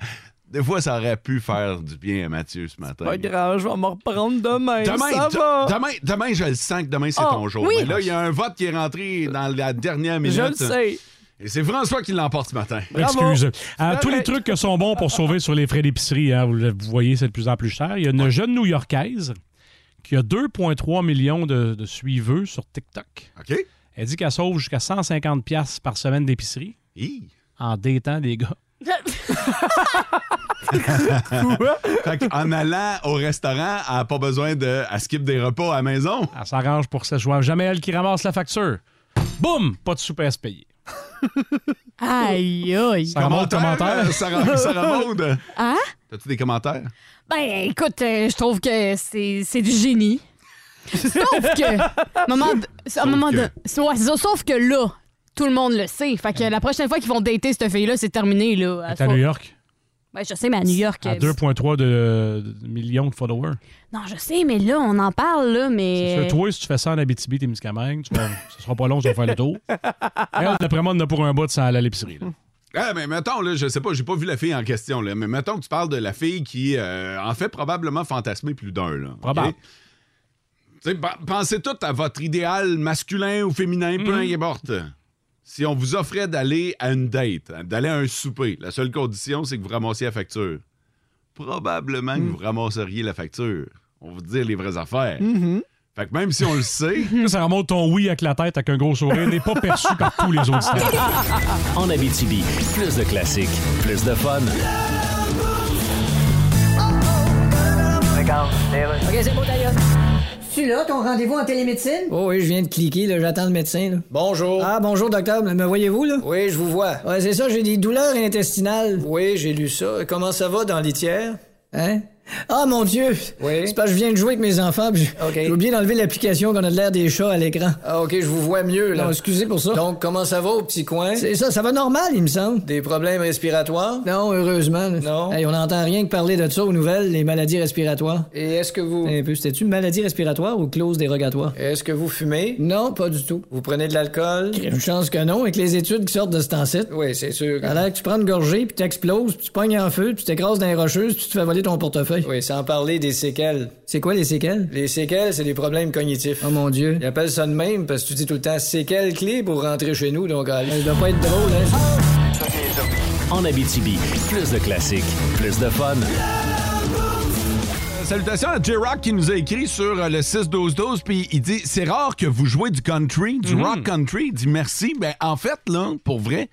Des fois, ça aurait pu faire du bien à Mathieu ce matin. Pas grave, je vais m'en reprendre demain. Demain, ça de- va. demain, demain, je le sens que demain, c'est Oh, ton jour. oui. Mais là, il y a un vote qui est rentré dans la dernière minute. Je le sais. Et c'est François qui l'emporte ce matin. Excuse. Euh, tous les trucs qui sont bons pour sauver sur les frais d'épicerie, hein, vous le vous voyez, c'est de plus en plus cher. Il y a une jeune New-Yorkaise qui a 2,3 millions de, de suiveurs sur TikTok. OK. Elle dit qu'elle sauve jusqu'à 150$ piastres par semaine d'épicerie en détant des gars. hein? en allant au restaurant, elle n'a pas besoin de. Elle skip des repas à la maison. Elle s'arrange pour que ce soit jamais elle qui ramasse la facture. Boum! Pas de souper à se payer. Aïe, aïe. Ça remonte, commentaire. hein? Ça, ra- ça remonte. Hein? T'as-tu des commentaires? Ben, écoute, euh, je trouve que c'est c'est du génie. Sauf que. moment de- à un moment de- ouais, c'est ça, sauf que là, tout le monde le sait. Fait que la prochaine fois qu'ils vont dater cette fille-là, c'est terminé, là. Elle Elle est à faut- New York. Ouais, je sais, mais à New York. À euh, 2,3 de, de millions de followers. Non, je sais, mais là, on en parle, là, Sur mais. toi, si tu fais ça en Abitibi, t'es Miscamingue, tu vas- ce sera pas long, tu vas faire le tour. Elle, d'après moi, on en a pour un bout sans aller à l'épicerie. là. Ah, mais mettons, là, je sais pas, j'ai pas vu la fille en question, là, mais mettons que tu parles de la fille qui euh, en fait probablement fantasmer plus d'un. Là, ok? Probable. Tu sais, pa- pensez tout à votre idéal masculin ou féminin, peu importe. Si on vous offrait d'aller à une date, d'aller à un souper, la seule condition, c'est que vous ramassiez la facture. Probablement que vous ramasseriez la facture. On vous dit les vraies affaires. Fait que même Mm-hmm. si on le sait, Ça remonte ton oui avec la tête, avec un gros sourire, n'est pas perçu par tous les auditeurs. En Abitibi, plus de classiques, plus de fun. Ok, c'est bon d'ailleurs. Tu là ton rendez-vous en télémédecine? Oh oui, je viens de cliquer, là, j'attends le médecin. Là. Bonjour. Ah, bonjour, docteur. Me voyez-vous, là? Oui, je vous vois. Ouais, c'est ça, j'ai des douleurs intestinales. Oui, j'ai lu ça. Comment ça va dans l'itière? Hein? Ah, mon Dieu! Oui. C'est parce que je viens de jouer avec mes enfants, puis j'ai j'ai oublié d'enlever l'application qu'on a de l'air des chats à l'écran. Ah, OK, je vous vois mieux, là. Non, excusez pour ça. Donc, comment ça va au petit coin? C'est ça, ça va normal, il me semble. Des problèmes respiratoires? Non, heureusement. Non. Hey, on n'entend rien que parler de ça aux nouvelles, les maladies respiratoires. Et est-ce que vous. Un peu, c'était-tu maladie respiratoire ou clause dérogatoire? Est-ce que vous fumez? Non, pas du tout. Vous prenez de l'alcool? Une chance que non, avec les études qui sortent de ce temps-ci. Oui, c'est sûr. À l'air que tu prends une gorgée, puis t'exploses, puis tu pognes en feu, puis tu t'écrases dans les rocheuses, puis tu te fais voler ton portefeuille. Oui, sans parler des séquelles. C'est quoi les séquelles? Les séquelles, c'est des problèmes cognitifs. Oh mon Dieu. Ils appellent ça de même parce que tu dis tout le temps séquelles clés pour rentrer chez nous, donc allez. Ça doit pas être drôle, hein? En Abitibi, plus de classiques, plus de fun. Salutations à J-Rock qui nous a écrit sur euh, le 6-12-12, puis il dit C'est rare que vous jouez du country, du rock country. Il dit merci. Ben, en fait, là, pour vrai,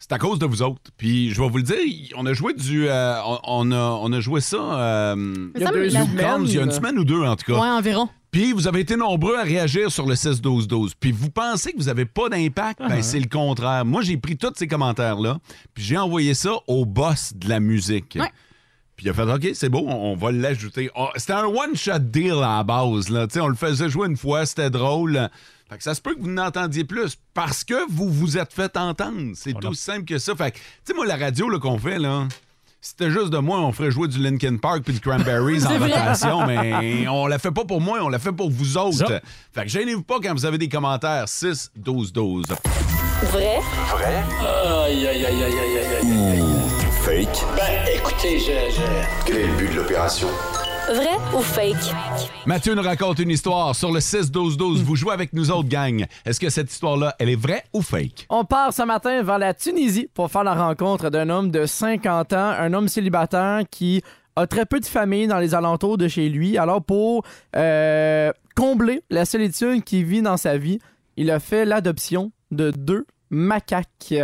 c'est à cause de vous autres. Puis je vais vous le dire, y- on a joué du. euh, on, on a, on a joué ça. euh, Il y a deux semaines, Newcombs, il y a une là. semaine ou deux, en tout cas. Ouais, environ. Puis vous avez été nombreux à réagir sur le 16-12-12. Puis vous pensez que vous n'avez pas d'impact? Ben, Ah. c'est le contraire. Moi, j'ai pris tous ces commentaires-là, puis j'ai envoyé ça au boss de la musique. Puis il a fait OK, c'est beau, on, on va l'ajouter. Ah, c'était un one-shot deal à la base. Là. Tu sais, On le faisait jouer une fois, c'était drôle. Fait que ça se peut que vous n'entendiez plus parce que vous vous êtes fait entendre. C'est tout simple que ça. Fait que, tu sais, moi, la radio là, qu'on fait, là, si c'était juste de moi, on ferait jouer du Linkin Park puis du Cranberries en C'est vrai. rotation, mais on la fait pas pour moi, on la fait pour vous autres. Fait que gênez-vous pas quand vous avez des commentaires. 6, 12, 12. Vrai? Vrai? Aïe, aïe, aïe, aïe, aïe, aïe, aïe. Fake. Ben, écoutez, je. Quel est le but de l'opération Vrai ou fake? Mathieu nous raconte une histoire sur le 6-12-12. Vous jouez avec nous autres, gang. Est-ce que cette histoire-là, elle est vraie ou fake? On part ce matin vers la Tunisie pour faire la rencontre d'un homme de 50 ans, un homme célibataire qui a très peu de famille dans les alentours de chez lui. Alors pour euh, combler la solitude qu'il vit dans sa vie, il a fait l'adoption de deux macaques.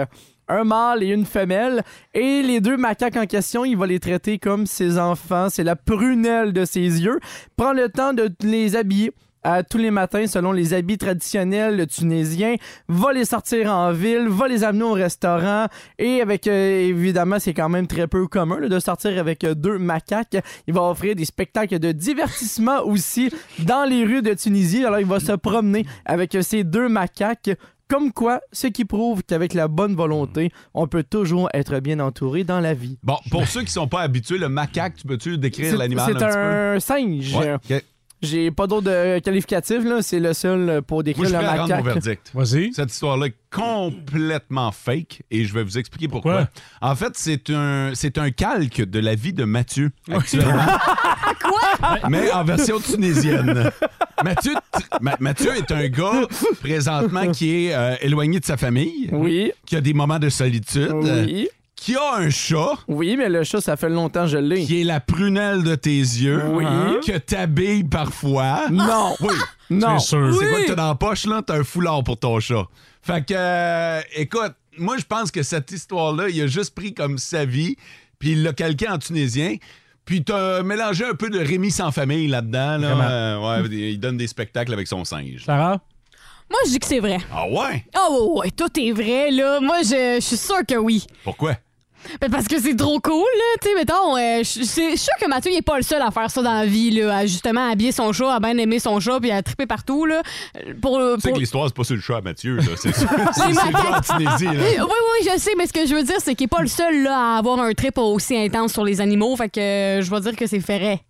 Un mâle et une femelle. Et les deux macaques en question, il va les traiter comme ses enfants. C'est la prunelle de ses yeux. Prend le temps de les habiller à tous les matins selon les habits traditionnels tunisiens, va les sortir en ville, va les amener au restaurant et avec euh, évidemment c'est quand même très peu commun là, de sortir avec euh, deux macaques. Il va offrir des spectacles de divertissement aussi dans les rues de Tunisie. Alors il va se promener avec euh, ces deux macaques. Comme quoi, ce qui prouve qu'avec la bonne volonté, on peut toujours être bien entouré dans la vie. Bon, pour ceux qui sont pas habitués, le macaque, tu peux-tu décrire l'animal C'est un, petit peu? un singe. Ouais, ok. J'ai pas d'autre euh, qualificatif, là. C'est le seul euh, pour Moi, décrire je vais le rendre mon macaque. verdict. Cette histoire-là est complètement fake et je vais vous expliquer pourquoi. Pourquoi? En fait, c'est un, c'est un calque de la vie de Mathieu actuellement, mais en version tunisienne. Mathieu, tr- Ma- Mathieu est un gars présentement qui est euh, éloigné de sa famille, oui. qui a des moments de solitude, euh, Oui. qui a un chat. Oui, mais le chat, ça fait longtemps que je l'ai. Qui est la prunelle de tes yeux. Uh-huh. Oui. Que t'habilles parfois. Non. Oui. Non. C'est sûr. C'est quoi Oui. que t'as dans la poche, là? T'as un foulard pour ton chat. Fait que, euh, écoute, moi, je pense que cette histoire-là, il a juste pris comme sa vie, puis il l'a calqué en tunisien. Puis t'as mélangé un peu de Rémi sans famille là-dedans. Là. Vraiment. Euh, ouais, il donne des spectacles avec son singe. Sarah? Moi, je dis que c'est vrai. Ah ouais? Oh, ouais, ouais, tout est vrai, là. Moi, je, je suis sûre que oui. Pourquoi? Ben, parce que c'est trop cool, là. Tu sais, mettons, euh, je je- c'est sûr que Mathieu, il est pas le seul à faire ça dans la vie, là. À justement habiller son chat, à bien aimer son chat, puis à triper partout, là. Euh, Pour, Tu sais pour- que l'histoire, c'est pas sur le chat à Mathieu, là. C'est sur, c'est Les sur le chat en macaques. Tunisie, là. Oui, oui, je sais, mais ce que je veux dire, c'est qu'il est pas le seul là, à avoir un trip aussi intense sur les animaux. Fait que euh, je vais dire que c'est vrai.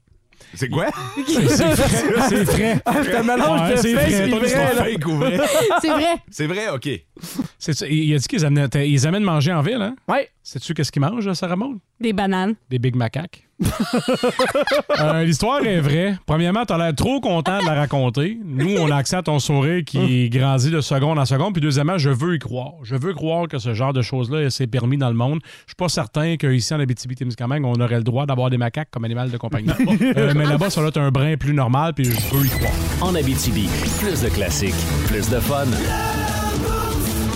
C'est quoi? C'est frais, c'est frais. Ah, c'est un mélange Ouais, de c'est fake frais, et ton vrai, histoire là. fake ou vrai? C'est vrai. C'est vrai, OK. C'est ça, Il il a dit qu'ils amènent, ils amènent manger en ville, hein? Oui. Sais-tu qu'est-ce qu'ils mangent, Sarah Maud? Des bananes. Des Big Macaques. Euh, L'histoire est vraie. Premièrement, t'as l'air trop content de la raconter. Nous, on a accès à ton sourire qui Ah. grandit de seconde en seconde. Puis deuxièmement, je veux y croire. Je veux croire que ce genre de choses-là s'est permis dans le monde. Je suis pas certain qu'ici, en Abitibi-Témiscamingue, on aurait le droit d'avoir des macaques comme animal de compagnie. Euh, mais là-bas, ça doit être un brin plus normal, puis je veux y croire. En Abitibi, plus de classiques, plus de fun.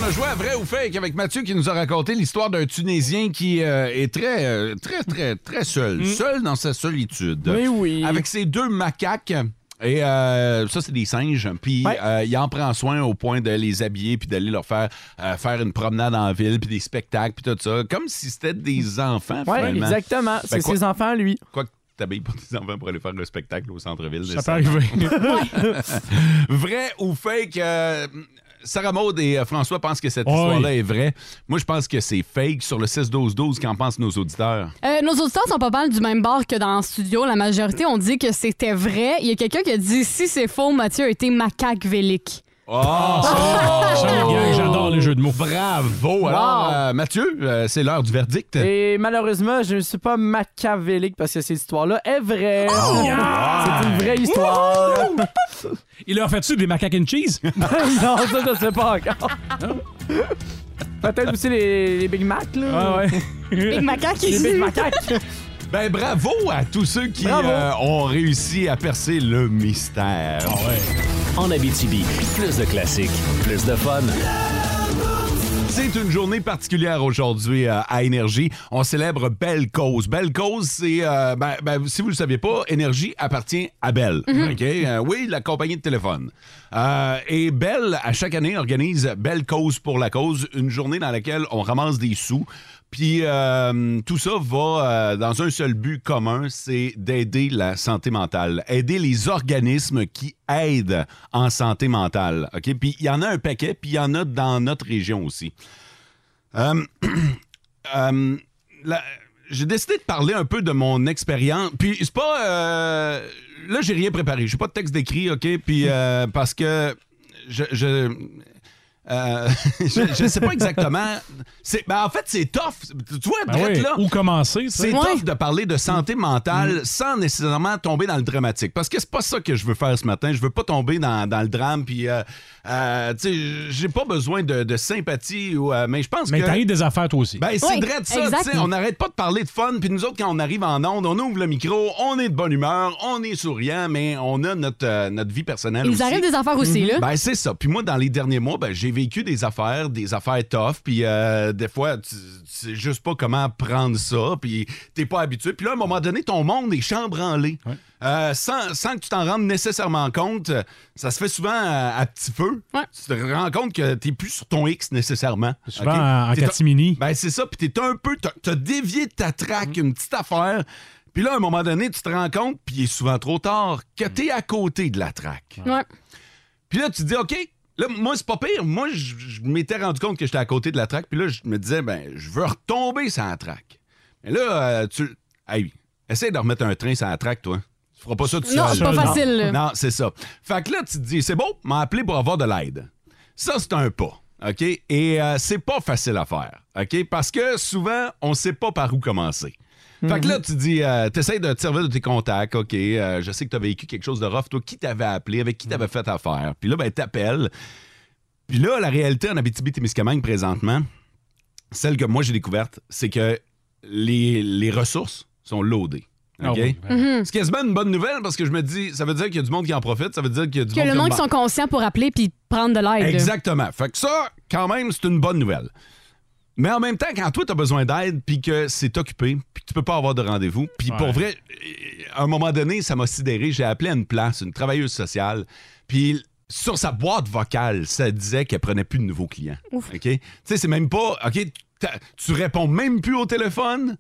On a joué à vrai ou fake avec Mathieu qui nous a raconté l'histoire d'un Tunisien qui euh, est très, euh, très, très, très seul. Seul dans sa solitude. Mais Mm. oui. Avec ses deux macaques. Et euh, ça, c'est des singes. Puis euh, il en prend soin au point de les habiller puis d'aller leur faire euh, faire une promenade en ville puis des spectacles puis tout ça. Comme si c'était des enfants, Ouais, finalement. exactement. Ben, c'est quoi- ses enfants, lui. Quoi que t'habilles pas tes enfants pour aller faire le spectacle au centre-ville. Ça des peut arriver. vrai ou fake? euh, Sarah Maud et euh, François pensent que cette Oh Oui. histoire-là est vraie. Moi, je pense que c'est fake. Sur le 6-12-12, qu'en pensent nos auditeurs? Euh, nos auditeurs sont pas mal du même bord que dans le studio. La majorité ont dit que c'était vrai. Il y a quelqu'un qui a dit si c'est faux, Mathieu a été macaque vélique. Oh! Ça, les gars, J'adore les jeux de mots. Bravo! Alors, euh, Mathieu, euh, c'est l'heure du verdict. Et malheureusement, je ne suis pas machiavélique parce que cette histoire-là est vraie. Oh, C'est une vraie histoire. Il leur fait-tu des macaques and cheese? non, ça, je ne sais pas encore. Peut-être aussi les, les Big Mac, là. ouais. Big Macaque. Les Big Macaques. Ben, bravo à tous ceux qui Bravo. euh, ont réussi à percer le mystère. Ah En Abitibi, plus de classiques, plus de fun. C'est une journée particulière aujourd'hui euh, à Énergie. On célèbre Belle Cause. Belle Cause, c'est... euh, ben, ben, si vous ne le saviez pas, Énergie appartient à Belle. OK? Euh, oui, la compagnie de téléphone. Euh, et Belle, à chaque année, organise Belle Cause pour la cause, une journée dans laquelle on ramasse des sous. Puis euh, tout ça va euh, dans un seul but commun, c'est d'aider la santé mentale, aider les organismes qui aident en santé mentale. OK? Puis il y en a un paquet, puis il y en a dans notre région aussi. Euh, euh, la- j'ai décidé de parler un peu de mon expérience. Puis c'est pas. euh, là, j'ai rien préparé. J'ai pas de texte d'écrit, OK? Puis euh, parce que je. je- Euh, je ne sais pas exactement. C'est- ben, en fait, c'est tough. Tu vois, Ben drette oui, là. où commencer, ça? C'est Ouais. tough de parler de santé Mm. mentale sans nécessairement tomber dans le dramatique. Parce que c'est pas ça que je veux faire ce matin. Je veux pas tomber dans, dans le drame. Puis, euh, euh, tu sais, j'ai pas besoin de, de sympathie. Ou, euh, mais je pense Mais que. t'arrives des affaires, toi aussi. Ben, c'est Oui, drette ça, exact. tu sais, on n'arrête pas de parler de fun, puis nous autres, quand on arrive en onde, on ouvre le micro, on est de bonne humeur, on est souriant, mais on a notre, euh, notre vie personnelle Il nous aussi. arrive des affaires aussi, là. Ben, c'est ça. Puis moi, dans les derniers mois, ben, j'ai vécu des affaires, des affaires tough, puis euh, des fois, tu tu sais juste pas comment prendre ça, puis t'es pas habitué. Puis là, à un moment donné, ton monde est chambranlé. Euh, sans, sans que tu t'en rendes nécessairement compte, euh, ça se fait souvent à, à petit feu. Tu te rends compte que t'es plus sur ton X nécessairement. Souvent OK? en- en T'es un- catimini. Mm. ben, c'est ça. Puis t'es un peu. T'as, t'as dévié de ta traque, une petite affaire. Puis là, à un moment donné, tu te rends compte, puis il est souvent trop tard, que Mm. t'es à côté de la traque. Ouais. Puis là, tu te dis, OK, là, moi, c'est pas pire. Moi, je, je m'étais rendu compte que j'étais à côté de la traque. Puis là, je me disais, ben, je veux retomber sur la traque. Mais là, euh, tu. Hey, essaie de remettre un train sur la traque, toi. Tu feras pas ça tout Non, seul. c'est pas facile, là. Non, c'est ça. Fait que là, tu te dis, c'est bon, m'a appelé pour avoir de l'aide. Ça, c'est un pas. OK? Et euh, c'est pas facile à faire. OK? Parce que souvent, on sait pas par où commencer. Fait que Mhm. là, tu dis, euh, t'essayes de te servir de tes contacts, OK, euh, je sais que t'as vécu quelque chose de rough, toi, qui t'avait appelé, avec qui Mhm. t'avais fait affaire. Puis là, ben, t'appelles. Puis là, la réalité en Abitibi-Témiscamingue présentement, celle que moi j'ai découverte, c'est que les, les ressources sont loadées. Ah OK? oui, Mhm. Ce qui est quasiment une bonne nouvelle parce que je me dis, ça veut dire qu'il y a du monde qui en profite, ça veut dire qu'il y a du Que monde le qui en monde qui ban- sont conscients pour appeler puis prendre de l'aide. là. Exactement. Fait que ça, quand même, c'est une bonne nouvelle. Mais en même temps, quand toi, t'as besoin d'aide, puis que c'est occupé, puis que tu peux pas avoir de rendez-vous, puis pour vrai, euh, à un moment donné, ça m'a sidéré. J'ai appelé à une place, une travailleuse sociale, puis sur sa boîte vocale, ça disait qu'elle prenait plus de nouveaux clients. Ouf. OK? Tu sais, c'est même pas... OK, t'as- tu réponds même plus au téléphone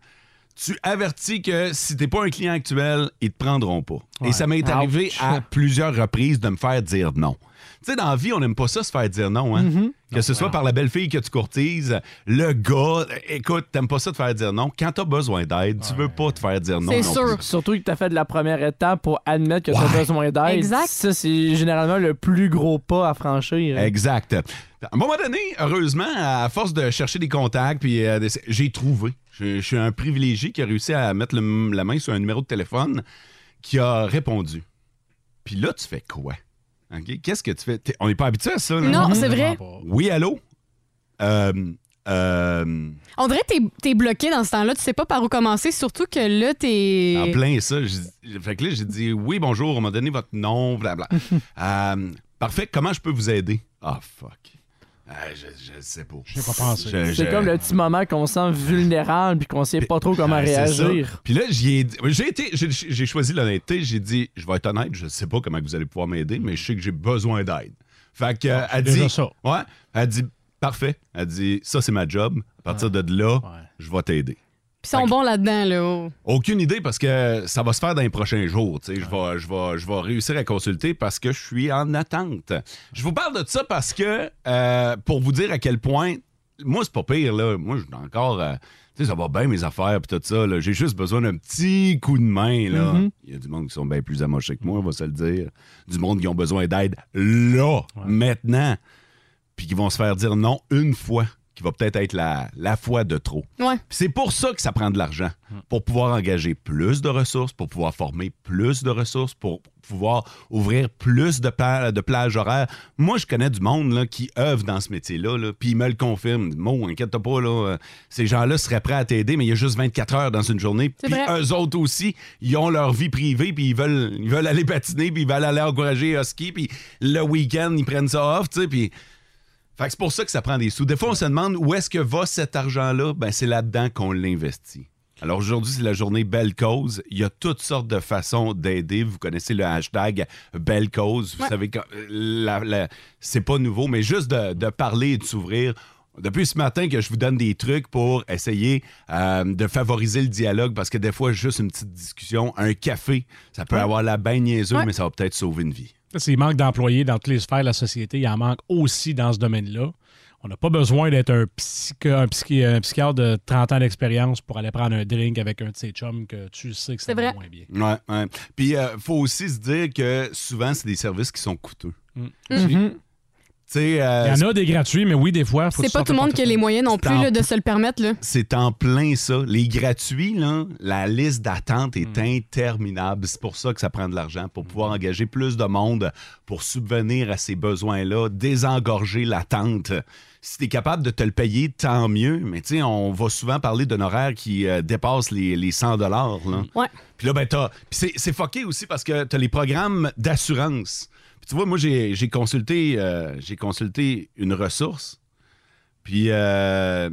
tu avertis que si t'es pas un client actuel, ils te prendront pas. Et ça m'est Ouch. arrivé à plusieurs reprises de me faire dire non. Tu sais, dans la vie, on n'aime pas ça se faire dire non, hein? Que ce soit par la belle fille que tu courtises, le gars, écoute, t'aimes pas ça te faire dire non. Quand t'as besoin d'aide, tu veux pas te faire dire non. C'est non sûr. plus. Surtout que tu as fait de la première étape pour admettre que tu as besoin d'aide. Exact. Ça, c'est généralement le plus gros pas à franchir. Exact. À un moment donné, heureusement, à force de chercher des contacts, puis euh, d'essa- j'ai trouvé. Je, je suis un privilégié qui a réussi à mettre le- la main sur un numéro de téléphone qui a répondu. Puis là, tu fais quoi? OK? Qu'est-ce que tu fais? T'es- on n'est pas habitué à ça. là. Non, Mhm. c'est vrai. Oui, allô? Euh, euh, On dirait que t'es- t'es bloqué dans ce temps-là. Tu sais pas par où commencer, surtout que là, t'es. En plein ça. j'ai- Fait que là, j'ai dit oui, bonjour, on m'a donné votre nom, blabla. Euh, parfait, comment je peux vous aider? Ah, fuck. Ah, je, je sais pas. Je pas pensé. C'est comme le petit moment qu'on sent vulnérable puis qu'on sait pas trop comment Ah, c'est réagir. ça. Puis là, j'y ai dit- j'ai été, j'ai, j'ai choisi l'honnêteté. J'ai dit, je vais être honnête, je sais pas comment vous allez pouvoir m'aider, mais je sais que j'ai besoin d'aide. Fait que, euh, elle déjà dit, ça. ouais, elle dit, parfait. Elle dit, ça c'est ma job. À partir de là, je vais t'aider. Puis ils sont bons là-dedans, là. oh. Aucune idée parce que ça va se faire dans les prochains jours. tu sais. Je vais, je, vais, je vais réussir à consulter parce que je suis en attente. Je vous parle de ça parce que, euh, pour vous dire à quel point, moi, c'est pas pire. Là. Moi, je suis encore. euh, tu sais, ça va bien mes affaires puis tout ça. là. J'ai juste besoin d'un petit coup de main. là. Mhm. Il y a du monde qui sont bien plus amochés que moi, on va se le dire. Du monde qui ont besoin d'aide là, maintenant. Puis qui vont se faire dire non une fois, qui va peut-être être la, la fois de trop. Ouais. Puis C'est pour ça que ça prend de l'argent. Pour pouvoir engager plus de ressources, pour pouvoir former plus de ressources, pour pouvoir ouvrir plus de, pla- de plages horaires. Moi, je connais du monde là, qui œuvre dans ce métier-là, là, puis ils me le confirment. Mo, inquiète-toi pas, là, euh, ces gens-là seraient prêts à t'aider, mais il y a juste 24 heures dans une journée. C'est Puis vrai. eux autres aussi, ils ont leur vie privée, puis ils veulent, ils veulent aller patiner, puis ils veulent aller encourager au ski, puis le week-end, ils prennent ça off, tu sais, puis... Fait que c'est pour ça que ça prend des sous. Des fois, on se demande où est-ce que va cet argent-là. Ben, c'est là-dedans qu'on l'investit. Alors aujourd'hui, c'est la journée Belle Cause. Il y a toutes sortes de façons d'aider. Vous connaissez le hashtag Belle Cause. Vous Ouais. savez que euh, la- la- c'est pas nouveau, mais juste de, de parler et de s'ouvrir. Depuis ce matin que je vous donne des trucs pour essayer euh, de favoriser le dialogue parce que des fois, juste une petite discussion, un café, ça peut avoir la bain niaiseux, mais ça va peut-être sauver une vie. Ça, c'est- Il manque d'employés dans toutes les sphères de la société. Il en manque aussi dans ce domaine-là. On n'a pas besoin d'être un, psycho- un psychi- un psychiatre de 30 ans d'expérience pour aller prendre un drink avec un de ses chums que tu sais que c'est vrai. moins bien. Ouais, ouais. euh, Puis, il faut aussi se dire que souvent, c'est des services qui sont coûteux. Mm. Mhm. sais, euh, Il y en a des gratuits, mais oui, des fois. faut C'est que tu pas sortes tout le monde qui a les moyens non plus Stop. là, de se le permettre. Là. C'est en plein ça. Les gratuits, là, la liste d'attente est interminable. C'est pour ça que ça prend de l'argent, pour pouvoir engager plus de monde, pour subvenir à ces besoins-là, désengorger l'attente. Si tu es capable de te le payer, tant mieux. Mais tu sais, on va souvent parler d'un horaire qui euh, dépasse les, les 100 dollars. Ouais. Puis là, ben, t'as. Puis c'est, c'est fucké aussi parce que t'as les programmes d'assurance. Puis tu vois, moi, j'ai, j'ai consulté, euh, j'ai consulté une ressource. Puis euh,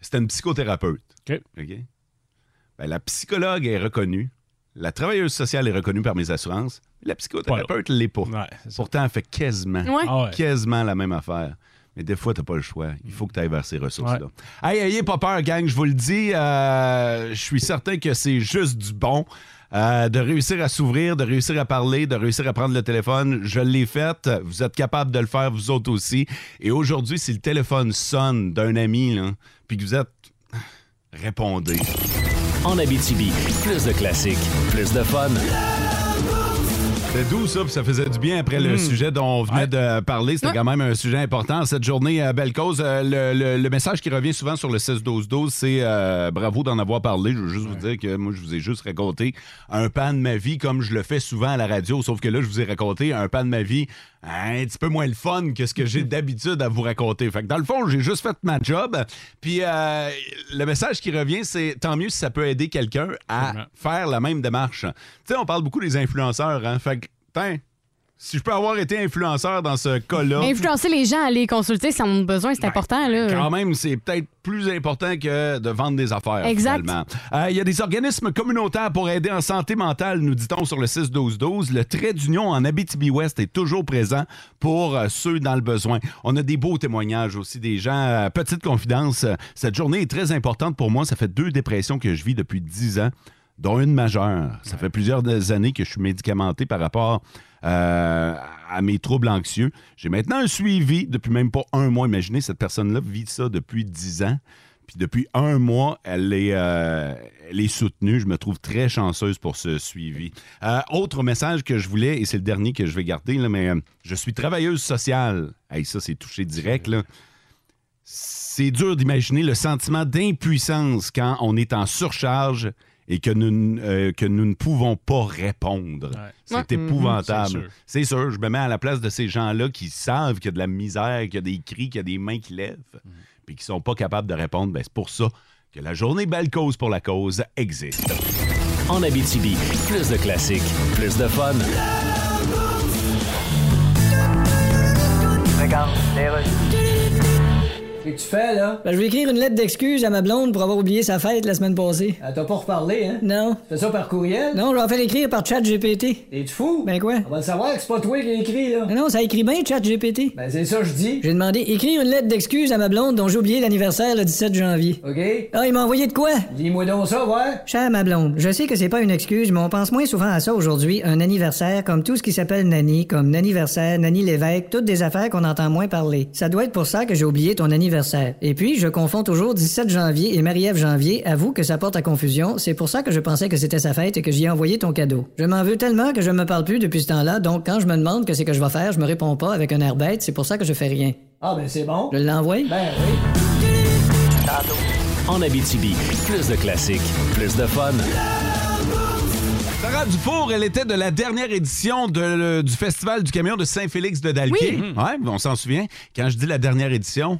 c'était une psychothérapeute. OK. Ben, la psychologue est reconnue. La travailleuse sociale est reconnue par mes assurances. mais La psychothérapeute l'est pas. Pourtant, elle fait quasiment, Ouais. Ah ouais. quasiment la même affaire. Mais des fois, t'as pas le choix. Il faut que tu ailles vers ces ressources-là. Hey, ayez pas peur, gang. Je vous le dis, euh, je suis certain que c'est juste du bon. Euh, de réussir à s'ouvrir, de réussir à parler, de réussir à prendre le téléphone. Je l'ai fait. Vous êtes capable de le faire, vous autres aussi. Et aujourd'hui, si le téléphone sonne d'un ami, là, puis que vous êtes... Répondez. En Abitibi, plus de classiques, plus de fun. C'était doux, ça, puis ça faisait du bien après le Mm. sujet dont on venait de parler. C'était quand même un sujet important. Cette journée, à belle cause. Euh, le, le- le message qui revient souvent sur le 16-12-12, c'est euh, bravo d'en avoir parlé. Je veux juste vous dire que moi, je vous ai juste raconté un pan de ma vie, comme je le fais souvent à la radio, sauf que là, je vous ai raconté un pan de ma vie Hein, un petit peu moins le fun que ce que j'ai d'habitude à vous raconter. Fait que dans le fond, j'ai juste fait ma job. Puis euh, le message qui revient, c'est tant mieux si ça peut aider quelqu'un à faire la même démarche. Tu sais, on parle beaucoup des influenceurs, hein? Fait que, tiens, si je peux avoir été influenceur dans ce cas-là. Influencer les gens à les consulter si on a besoin, c'est important. Là. Quand même, c'est peut-être plus important que de vendre des affaires. Exact. finalement. Euh, Il y a des organismes communautaires pour aider en santé mentale, nous dit-on sur le 6-12-12. Le trait d'union en Abitibi-Ouest est toujours présent pour euh, ceux dans le besoin. On a des beaux témoignages aussi des gens. Euh, petite confidence, euh, cette journée est très importante pour moi. Ça fait deux dépressions que je vis depuis 10 ans dont une majeure. Ça fait plusieurs des années que je suis médicamenté par rapport euh, à mes troubles anxieux. J'ai maintenant un suivi depuis même pas un mois. Imaginez, cette personne-là vit ça depuis 10 ans. Puis depuis un mois, elle est, euh, elle est soutenue. Je me trouve très chanceuse pour ce suivi. Euh, autre message que je voulais, et c'est le dernier que je vais garder, là, mais euh, je suis travailleuse sociale. Hey, ça, c'est touché direct. Là. C'est dur d'imaginer le sentiment d'impuissance quand on est en surcharge et que nous, n- euh, que nous ne pouvons pas répondre. C'est Ouais. Mhm. épouvantable. C'est sûr. C'est sûr. je me mets à la place de ces gens-là qui savent qu'il y a de la misère, qu'il y a des cris, qu'il y a des mains qui lèvent, Mhm. puis qui sont pas capables de répondre. Ben, c'est pour ça que la journée Belle Cause pour la cause existe. En Abitibi, plus de classiques, plus de fun. Qu'est-ce que tu fais, là? Ben, je vais écrire une lettre d'excuse à ma blonde pour avoir oublié sa fête la semaine passée. Elle t'a pas reparlé, hein? Non. Tu fais ça par courriel? Non, je vais en faire écrire par chat GPT. T'es-tu fou? Ben quoi? On va le savoir que c'est pas toi qui l'as écrit, là. non, ça écrit bien, chat GPT. Ben c'est ça, je dis. J'ai demandé écrire une lettre d'excuse à ma blonde dont j'ai oublié l'anniversaire le 17 janvier. OK. Ah, il m'a envoyé de quoi? Dis-moi donc ça, ouais. Chère ma blonde, je sais que c'est pas une excuse, mais on pense moins souvent à ça aujourd'hui, un anniversaire, comme tout ce qui s'appelle Nani, comme Naniversaire, Nani l'évêque, toutes des affaires qu'on entend moins parler. Ça doit être pour ça que j'ai oublié ton anniversaire. Et puis, je confonds toujours 17 janvier et Marie-Ève janvier, avoue que ça porte à confusion, c'est pour ça que je pensais que c'était sa fête et que j'y ai envoyé ton cadeau. Je m'en veux tellement que je me parle plus depuis ce temps-là, donc quand je me demande que c'est que je vais faire, je me réponds pas avec un air bête, c'est pour ça que je fais rien. Ah ben c'est bon. Je l'envoie? Ben oui. En Abitibi, plus de classiques, plus de fun. Sarah Dufour, elle était de la dernière édition de le- du Festival du camion de Saint-Félix de Dalquier. Oui. Ouais, on s'en souvient. Quand je dis la dernière édition,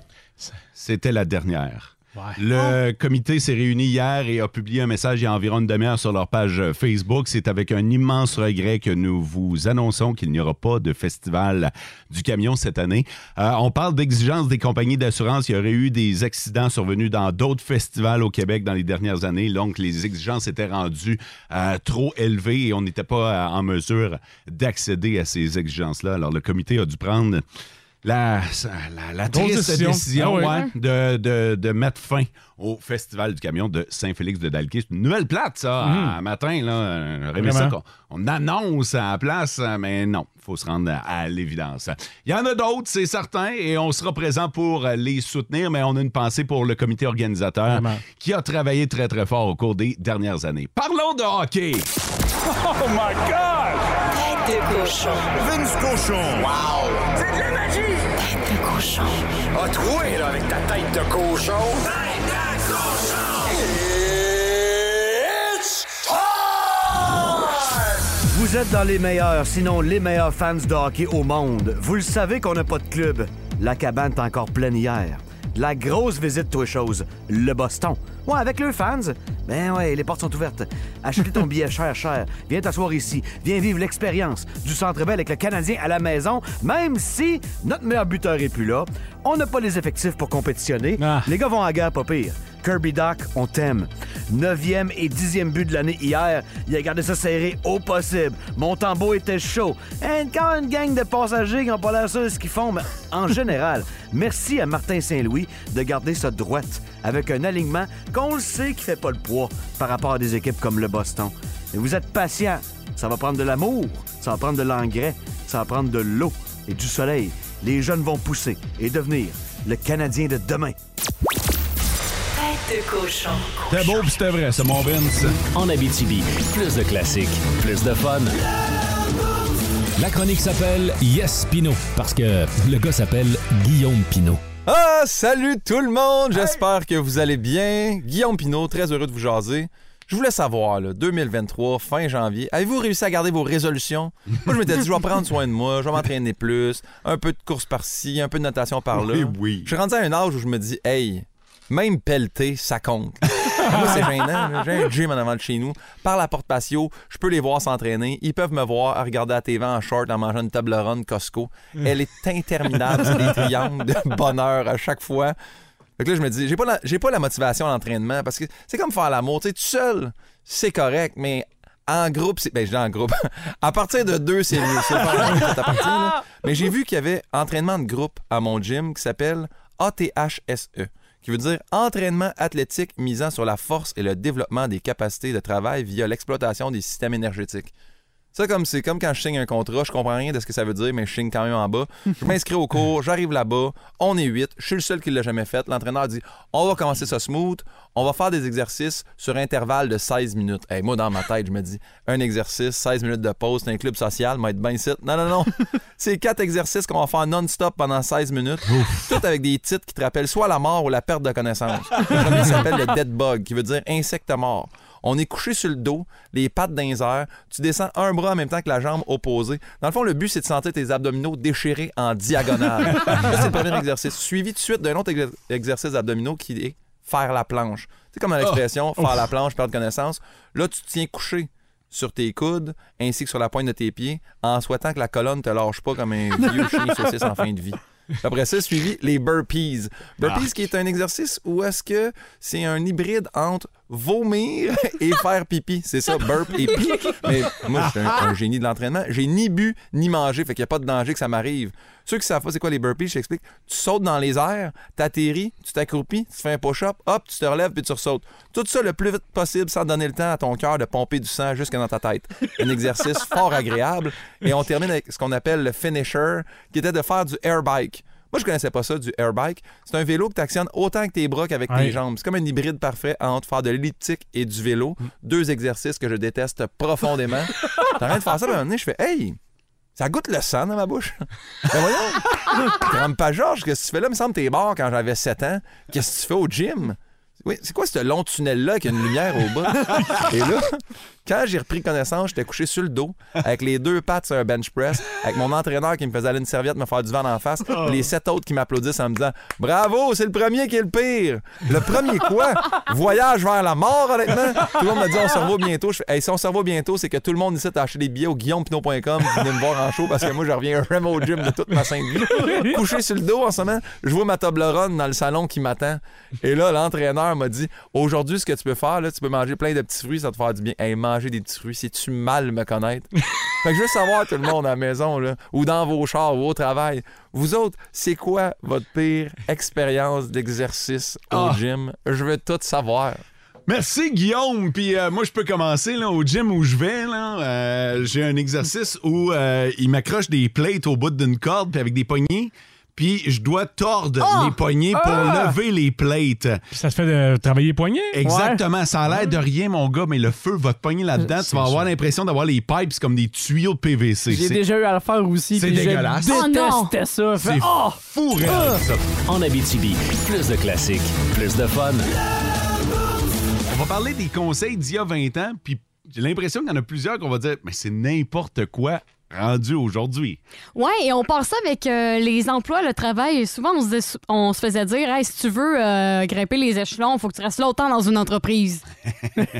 c'était la dernière. Le comité s'est réuni hier et a publié un message il y a environ une demi-heure sur leur page euh, Facebook. C'est avec un immense regret que nous vous annonçons qu'il n'y aura pas de festival du camion cette année. Euh, on parle d'exigence des compagnies d'assurance. Il y aurait eu des accidents survenus dans d'autres festivals au Québec dans les dernières années. Donc, les exigences étaient rendues euh, trop élevées et on n'était pas euh, en mesure d'accéder à ces exigences-là. Alors, le comité a dû prendre la, la, la Grosse triste décision. décision, Ah ouais. ouais, de, de- de mettre fin au Festival du camion de Saint-Félix de Dalquier. C'est une nouvelle plate, ça, Mhm. à matin. Là. J'aurais aimé ça Vraiment. qu'on- on annonce à la place, mais non, il faut se rendre à, à l'évidence. Il y en a d'autres, c'est certain, et on sera présent pour les soutenir, mais on a une pensée pour le comité organisateur qui a travaillé très, très fort au cours des dernières années. Parlons de hockey. Oh my God! Tête de cochon. Vince cochon. Wow! C'est de la magie! Tête de cochon. A troué, là, avec ta tête de cochon. Tête de cochon! It's Vous êtes dans les meilleurs, sinon les meilleurs fans de hockey au monde. Vous le savez qu'on n'a pas de club. La cabane est encore pleine hier. La grosse visite, toi chose, le Boston. Ouais, avec leurs fans. Ben ouais, les portes sont ouvertes. Achetez ton billet cher, cher. Viens t'asseoir ici. Viens vivre l'expérience du Centre Bell avec le Canadien à la maison, même si notre meilleur buteur est plus là. On n'a pas les effectifs pour compétitionner. Les gars vont à la guerre, pas pire. Kirby Doc, on t'aime. 9e et 10e but de l'année hier. Il a gardé ça serré au possible. Montembeau était chaud. Et quand une gang de passagers qui n'ont pas l'air sûrs de ce qu'ils font, mais en général, merci à Martin Saint-Louis de garder sa droite avec un alignement qu'on le sait qui fait pas le poids par rapport à des équipes comme le Boston. Mais vous êtes patient. Ça va prendre de l'amour, ça va prendre de l'engrais, ça va prendre de l'eau et du soleil. Les jeunes vont pousser et devenir le Canadien de demain. Tête de cochon. C'était beau pis c'était vrai, c'est mon Vince. En Abitibi, plus de classiques, plus de fun. La chronique s'appelle Yes Pino parce que le gars s'appelle Guillaume Pino. Ah, salut tout le monde! J'espère que vous allez bien. Guillaume Pinault, très heureux de vous jaser. Je voulais savoir, là, 2023, fin janvier, avez-vous réussi à garder vos résolutions? Moi, je m'étais dit, je vais prendre soin de moi, je vais m'entraîner plus, un peu de course par-ci, un peu de natation par-là. Oui, oui. Je suis rendu à un âge où je me dis, hey, même pelleter, ça compte. Moi, c'est gênant. là. J'ai un gym en avant de chez nous. Par la porte patio, je peux les voir s'entraîner. Ils peuvent me voir à regarder la TV en short en mangeant une table ronde Costco. Elle est interminable. C'est des triangles de bonheur à chaque fois. Fait que là, je me dis, j'ai pas la, j'ai pas la motivation à l'entraînement parce que c'est comme faire l'amour. Tu sais, tout seul, c'est correct, mais en groupe, c'est. Ben, je dis en groupe. à partir de deux, c'est mieux. C'est pas la même partie, là. Mais j'ai vu qu'il y avait entraînement de groupe à mon gym qui s'appelle ATHSE, E, qui veut dire entraînement athlétique misant sur la force et le développement des capacités de travail via l'exploitation des systèmes énergétiques. Ça, comme c'est comme quand je signe un contrat, je comprends rien de ce que ça veut dire, mais je signe quand même en bas. Je m'inscris au cours, j'arrive là-bas, on est huit, je suis le seul qui l'a jamais fait. L'entraîneur dit On va commencer ça smooth, on va faire des exercices sur intervalle de 16 minutes. Hey, moi, dans ma tête, je me dis Un exercice, 16 minutes de pause, c'est un club social, m'a être bien ici. Non, non, non. c'est quatre exercices qu'on va faire non-stop pendant 16 minutes, tout avec des titres qui te rappellent soit la mort ou la perte de connaissance. Le premier s'appelle le dead bug, qui veut dire insecte mort. On est couché sur le dos, les pattes dans les airs. Tu descends un bras en même temps que la jambe opposée. Dans le fond, le but, c'est de sentir tes abdominaux déchirés en diagonale. Ça, c'est le premier exercice. Suivi tout de suite d'un autre ex- exercice d'abdominaux qui est faire la planche. C'est comme dans l'expression Oh. faire Ouf. la planche, perdre connaissance. Là, tu te tiens couché sur tes coudes ainsi que sur la pointe de tes pieds en souhaitant que la colonne te lâche pas comme un vieux chien saucisse en fin de vie. Après ça, suivi les burpees. Burpees qui est un exercice où est-ce que c'est un hybride entre vomir et faire pipi. C'est ça, burp et pipi. Mais moi, je suis un, un génie de l'entraînement. J'ai ni bu ni mangé, fait qu'il n'y a pas de danger que ça m'arrive. Ceux qui savent pas c'est quoi les burpees, je t'explique. Tu sautes dans les airs, t'atterris, tu t'accroupis, tu fais un push-up, hop, tu te relèves puis tu ressautes. Tout ça le plus vite possible sans donner le temps à ton cœur de pomper du sang jusque dans ta tête. Un exercice fort agréable. Et on termine avec ce qu'on appelle le finisher, qui était de faire du airbike. Moi, je connaissais pas ça, du airbike. C'est un vélo que tu actionnes autant que tes bras qu'avec Ouais. tes jambes. C'est comme un hybride parfait entre faire de l'elliptique et du vélo. Deux exercices que je déteste profondément. T'as rien de faire ça, puis à un moment donné, je fais Hey, ça goûte le sang dans ma bouche. Ben voyons, trempe pas Georges, qu'est-ce que tu fais là? Il me semble que t'es mort quand j'avais 7 ans. Qu'est-ce que tu fais au gym? Oui, c'est quoi ce long tunnel-là qui a une lumière au bas? Et là, quand j'ai repris connaissance, j'étais couché sur le dos, avec les deux pattes sur un bench press, avec mon entraîneur qui me faisait aller une serviette me faire du vent en face, puis les sept autres qui m'applaudissent en me disant Bravo, c'est le premier qui est le pire! Le premier quoi? Voyage vers la mort, honnêtement! Tout le monde m'a dit On se revoit bientôt. Je fais, Hey, si on se revoit bientôt, c'est que tout le monde ici a acheté des billets au guillaumepinot.com, venez me voir en show parce que moi, je reviens vraiment au gym de toute ma sainte vie. Couché sur le dos en ce moment, je vois ma Toblerone dans le salon qui m'attend. Et là, l'entraîneur m'a dit Aujourd'hui, ce que tu peux faire, là, tu peux manger plein de petits fruits, ça va te faire du bien. Hey, manger des petits fruits, c'est-tu mal me connaître Fait que je veux savoir, tout le monde à la maison, là, ou dans vos chars, ou au travail, vous autres, c'est quoi votre pire expérience d'exercice au Ah. gym Je veux tout savoir. Merci Guillaume. Puis euh, moi, je peux commencer là, au gym où je vais. là. Euh, J'ai un exercice où euh, il m'accroche des plates au bout d'une corde puis avec des poignées. puis je dois tordre Ah! les poignets pour Ah! lever les plates. Ça te fait de travailler les poignets? Exactement, ça a l'air de rien, mon gars, mais le feu va te pogner là-dedans. Tu vas avoir l'impression d'avoir les pipes comme des tuyaux de PVC. J'ai C'est- déjà eu à le faire aussi. C'est puis dégueulasse. Je Oh non! détestais ça. Fait, C'est oh! fou, Ah! En Abitibi, plus de classiques, plus de fun. On va parler des conseils d'il y a 20 ans, puis j'ai l'impression qu'il y en a plusieurs qu'on va dire, mais c'est n'importe quoi rendu aujourd'hui. Oui, et on part ça avec euh, les emplois, le travail. Et souvent, on se, dis- on se faisait dire hey, si tu veux euh, grimper les échelons, il faut que tu restes longtemps dans une entreprise.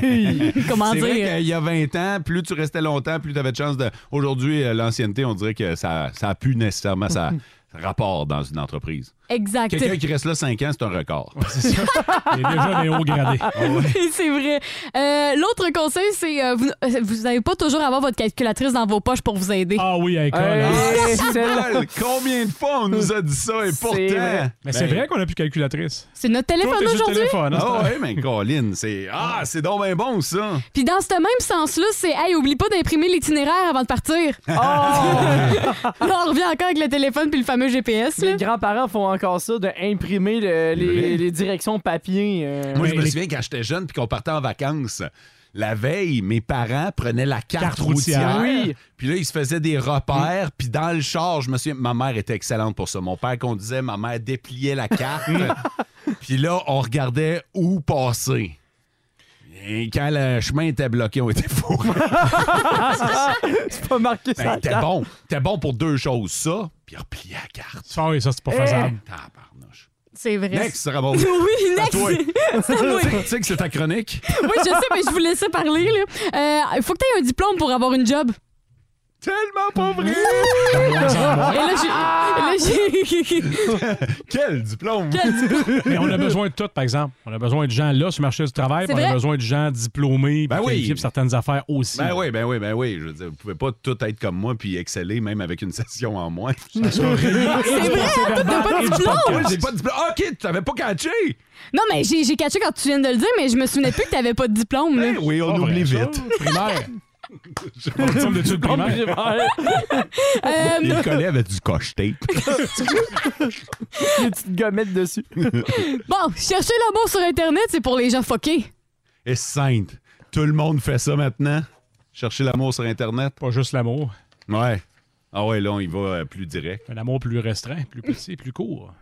Comment C'est vrai dire? qu'il y a 20 ans, plus tu restais longtemps, plus tu avais de chance de. Aujourd'hui, euh, l'ancienneté, on dirait que ça n'a plus nécessairement sa rapport dans une entreprise. Exact. Quelqu'un qui reste là 5 ans, c'est un record. Il est déjà des hauts gradés. Ah Oui, c'est vrai. Euh, L'autre conseil, c'est euh, vous euh, vous n'avez pas toujours à avoir votre calculatrice dans vos poches pour vous aider. Ah oui, à l'école. Hey, hein. celle-là. Combien de fois on nous a dit ça et pourtant. vrai. Mais c'est Ben, vrai qu'on n'a plus de calculatrice. C'est notre téléphone Toi, t'as juste aujourd'hui. téléphone, hein, Ah c'est- ouais, mais Colin, c'est. Ah, c'est donc bien bon, ça! Puis dans ce même sens-là, c'est hey, oublie pas d'imprimer l'itinéraire avant de partir. Là, on revient encore avec le téléphone puis le fameux GPS. Les grands-parents font encore ça d'imprimer le- les, les directions papier. euh. Moi, je me souviens quand j'étais jeune puis qu'on partait en vacances. La veille, mes parents prenaient la carte, Carte routière. routière. Oui. Puis là, ils se faisaient des repères. Puis dans le char, je me souviens, ma mère était excellente pour ça. Mon père conduisait, ma mère dépliait la carte. puis là, on regardait où passer. Et quand le chemin était bloqué, on était fous. Ah! c'est pas marqué Ben, ça. t'es bon. T'es bon pour deux choses. Ça, puis replier la carte. Ah oui, ça, c'est pas Eh. faisable. C'est vrai. Next, Ramon. Oui, À next. toi. C'est à moi. Tu sais- Tu sais que c'est ta chronique? Oui, je sais, mais je vous laissais parler. là. Euh, Il faut que tu aies un diplôme pour avoir une job. Tellement pas vrai! Et là, j'ai- et là, j'ai. Quel diplôme! Quel diplôme! Mais on a besoin de tout, par exemple. On a besoin de gens là sur le marché du travail, C'est puis on a vrai. besoin de gens diplômés, Ben puis oui. qualifiés pour certaines affaires aussi. Ben oui, ben oui, ben oui. Je veux dire, vous pouvez pas tout être comme moi puis exceller même avec une session en moins. C'est vrai, hein, toi, t'as pas de diplôme! Ouais, J'ai pas de diplôme. Ah, OK, tu t'avais pas catché. Non, mais j'ai j'ai catché quand tu viens de le dire, mais je me souvenais plus que t'avais pas de diplôme. là. Ben Eh oui, on oublie vite. Primaire. Pas de diplôme Ah, d'études primaires. Euh, Il le collait avec du coche tape. Des petites gommettes dessus. Bon, chercher le mot sur Internet, c'est pour les gens fuckés. Et sainte. Tout le monde fait ça maintenant. Chercher l'amour sur Internet. Pas juste l'amour. Ouais. Ah ouais, là, on y va euh, plus direct. Un amour plus restreint, plus petit, plus court.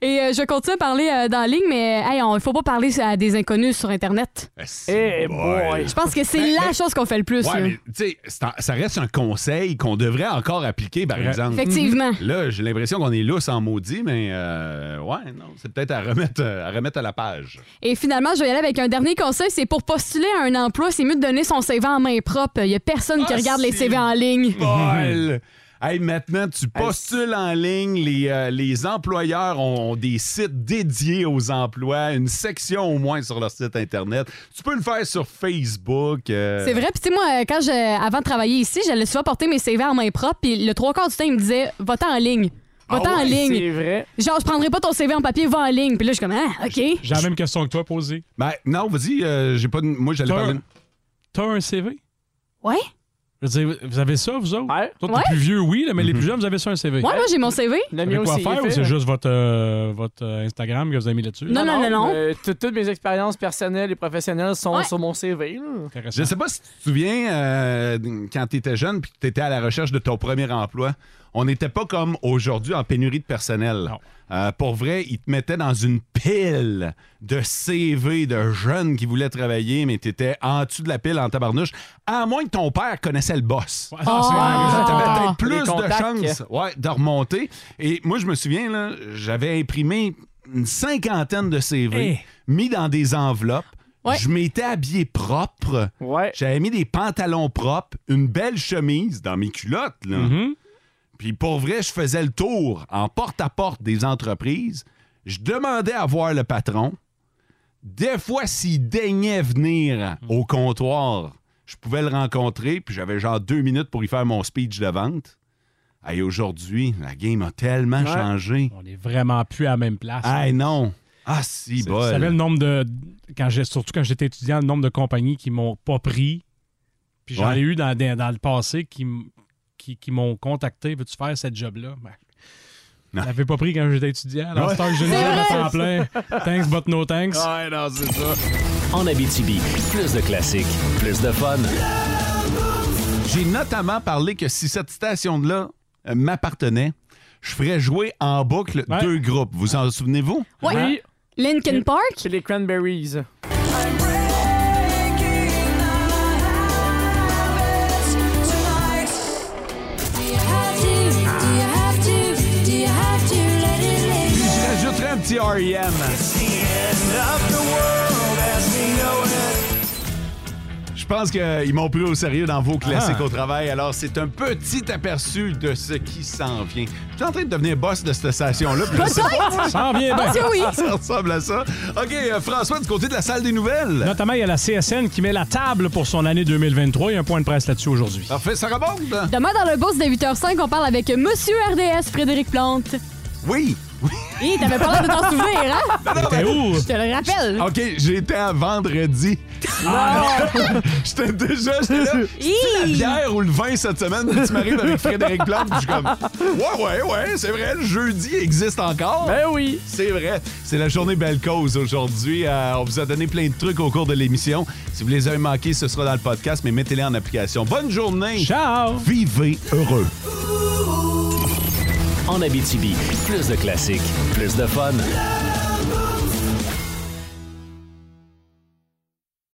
Et euh, je continue à parler euh, dans la ligne, mais euh, hey, on- il faut pas parler à des inconnus sur Internet. Eh boy. Je pense que c'est Ben, la chose qu'on fait le plus. là. Ouais, mais tu sais, c'est en- ça reste un conseil qu'on devrait encore appliquer, par exemple. Effectivement. Là, j'ai l'impression qu'on est lousse en maudit, mais euh, ouais, non, c'est peut-être à remettre, euh, à remettre à la page. Et finalement, je vais y aller avec un dernier conseil, c'est pour postuler à un emploi, c'est mieux de donner son CV en main propre. Il y a personne qui Ah, regarde les c'est CV en ligne. Bol! Hey, maintenant, tu postules en ligne. Les, euh, les employeurs ont, ont des sites dédiés aux emplois, une section au moins sur leur site Internet. Tu peux le faire sur Facebook. euh, C'est vrai. Puis, tu sais, moi, quand je, avant de travailler ici, j'allais souvent porter mes CV en main propre. Puis, le trois quarts du temps, ils me disaient Va-t'en en ligne. Va-t'en Ah en ouais, ligne. c'est vrai. Genre, je prendrai pas ton CV en papier, va en ligne. Puis là, je suis comme Ah, OK. J'ai la même question que toi posée. Ben, non, vas-y, euh, j'ai pas de- Moi, j'allais T'as- parler. T'as un CV? Ouais. Je veux dire, vous avez ça, vous autres? Toi, t'es Ouais. plus vieux, oui, là, mais Mhm. les plus jeunes, vous avez ça, un CV. Ouais, moi, j'ai mon CV. Le Vous mien savez quoi aussi, il faire est ou fait, c'est là. juste votre, euh, votre euh, Instagram que vous avez mis là-dessus? Non, non, non, non. euh, tout- toutes mes expériences personnelles et professionnelles sont sur mon CV. là. Je sais pas si tu te souviens, euh, quand tu étais jeune puis que tu étais à la recherche de ton premier emploi, on n'était pas comme aujourd'hui en pénurie de personnel. Euh, pour vrai, ils te mettaient dans une pile de CV de jeunes qui voulaient travailler, mais tu étais en dessous de la pile en tabarnouche, à moins que ton père connaissait le boss. non, c'est vrai. T'avais peut-être Les plus de contacts. chances ouais, de remonter. Et moi, je me souviens, là, j'avais imprimé une cinquantaine de CV Hey. mis dans des enveloppes. Je m'étais habillé propre. J'avais mis des pantalons propres, une belle chemise dans mes culottes. là. Mm-hmm. Puis pour vrai, je faisais le tour en porte-à-porte des entreprises. Je demandais à voir le patron. Des fois, s'il daignait venir au comptoir, je pouvais le rencontrer, puis j'avais genre deux minutes pour y faire mon speech de vente. Et aujourd'hui, la game a tellement Ouais. changé. On est vraiment plus à la même place. Ah non! Ah si, Tu bol! savais le nombre de. Quand j'ai- surtout quand j'étais étudiant, le nombre de compagnies qui m'ont pas pris. Puis j'en Ouais. ai eu dans, dans- dans le passé qui, m- qui, qui m'ont contacté. Veux-tu faire cette job-là? Ben, Je l'avais pas pris quand j'étais étudiant. Alors, Ouais. c'est que j'ai une C'est job à vrai. temps plein. Thanks, but no thanks. Ah. Ouais, non, c'est ça. En Abitibi, plus de classiques, plus de fun. J'ai notamment parlé que si cette station-là euh, m'appartenait, je ferais jouer en boucle deux groupes. Vous en souvenez-vous? Ouais. Linkin Park? C'est les Cranberries. Puis je rajouterais un petit R.E.M. Je pense qu'ils m'ont pris au sérieux dans vos classiques Ah. au travail, alors c'est un petit aperçu de ce qui s'en vient. Je suis en train de devenir boss de cette station-là. puis je sais pas. Peut-être. Ça en vient bien. Attention, oui. Ça ressemble à ça. OK, euh, François, du côté de la salle des nouvelles. Notamment, il y a la CSN qui met la table pour son année 2023. Il y a un point de presse là-dessus aujourd'hui. Parfait, ça hein? rebonde. Demain, dans le boss de 8h05, on parle avec Monsieur RDS Frédéric Plante. Oui. Hé, t'avais pas l'air de t'en souvenir, hein? T'es où? Je te le rappelle. OK, j'étais à vendredi. j'étais déjà, j'étais là. C'est la bière ou le vin cette semaine, tu m'arrives avec Frédéric Plante, puis je suis comme, ouais, ouais, ouais, c'est vrai, le jeudi existe encore. Ben oui. C'est vrai. C'est la journée Belle Cause aujourd'hui. Euh, on vous a donné plein de trucs au cours de l'émission. Si vous les avez manqués, ce sera dans le podcast, mais mettez-les en application. Bonne journée. Ciao. Vivez heureux. En Abitibi, plus de classiques, plus de fun.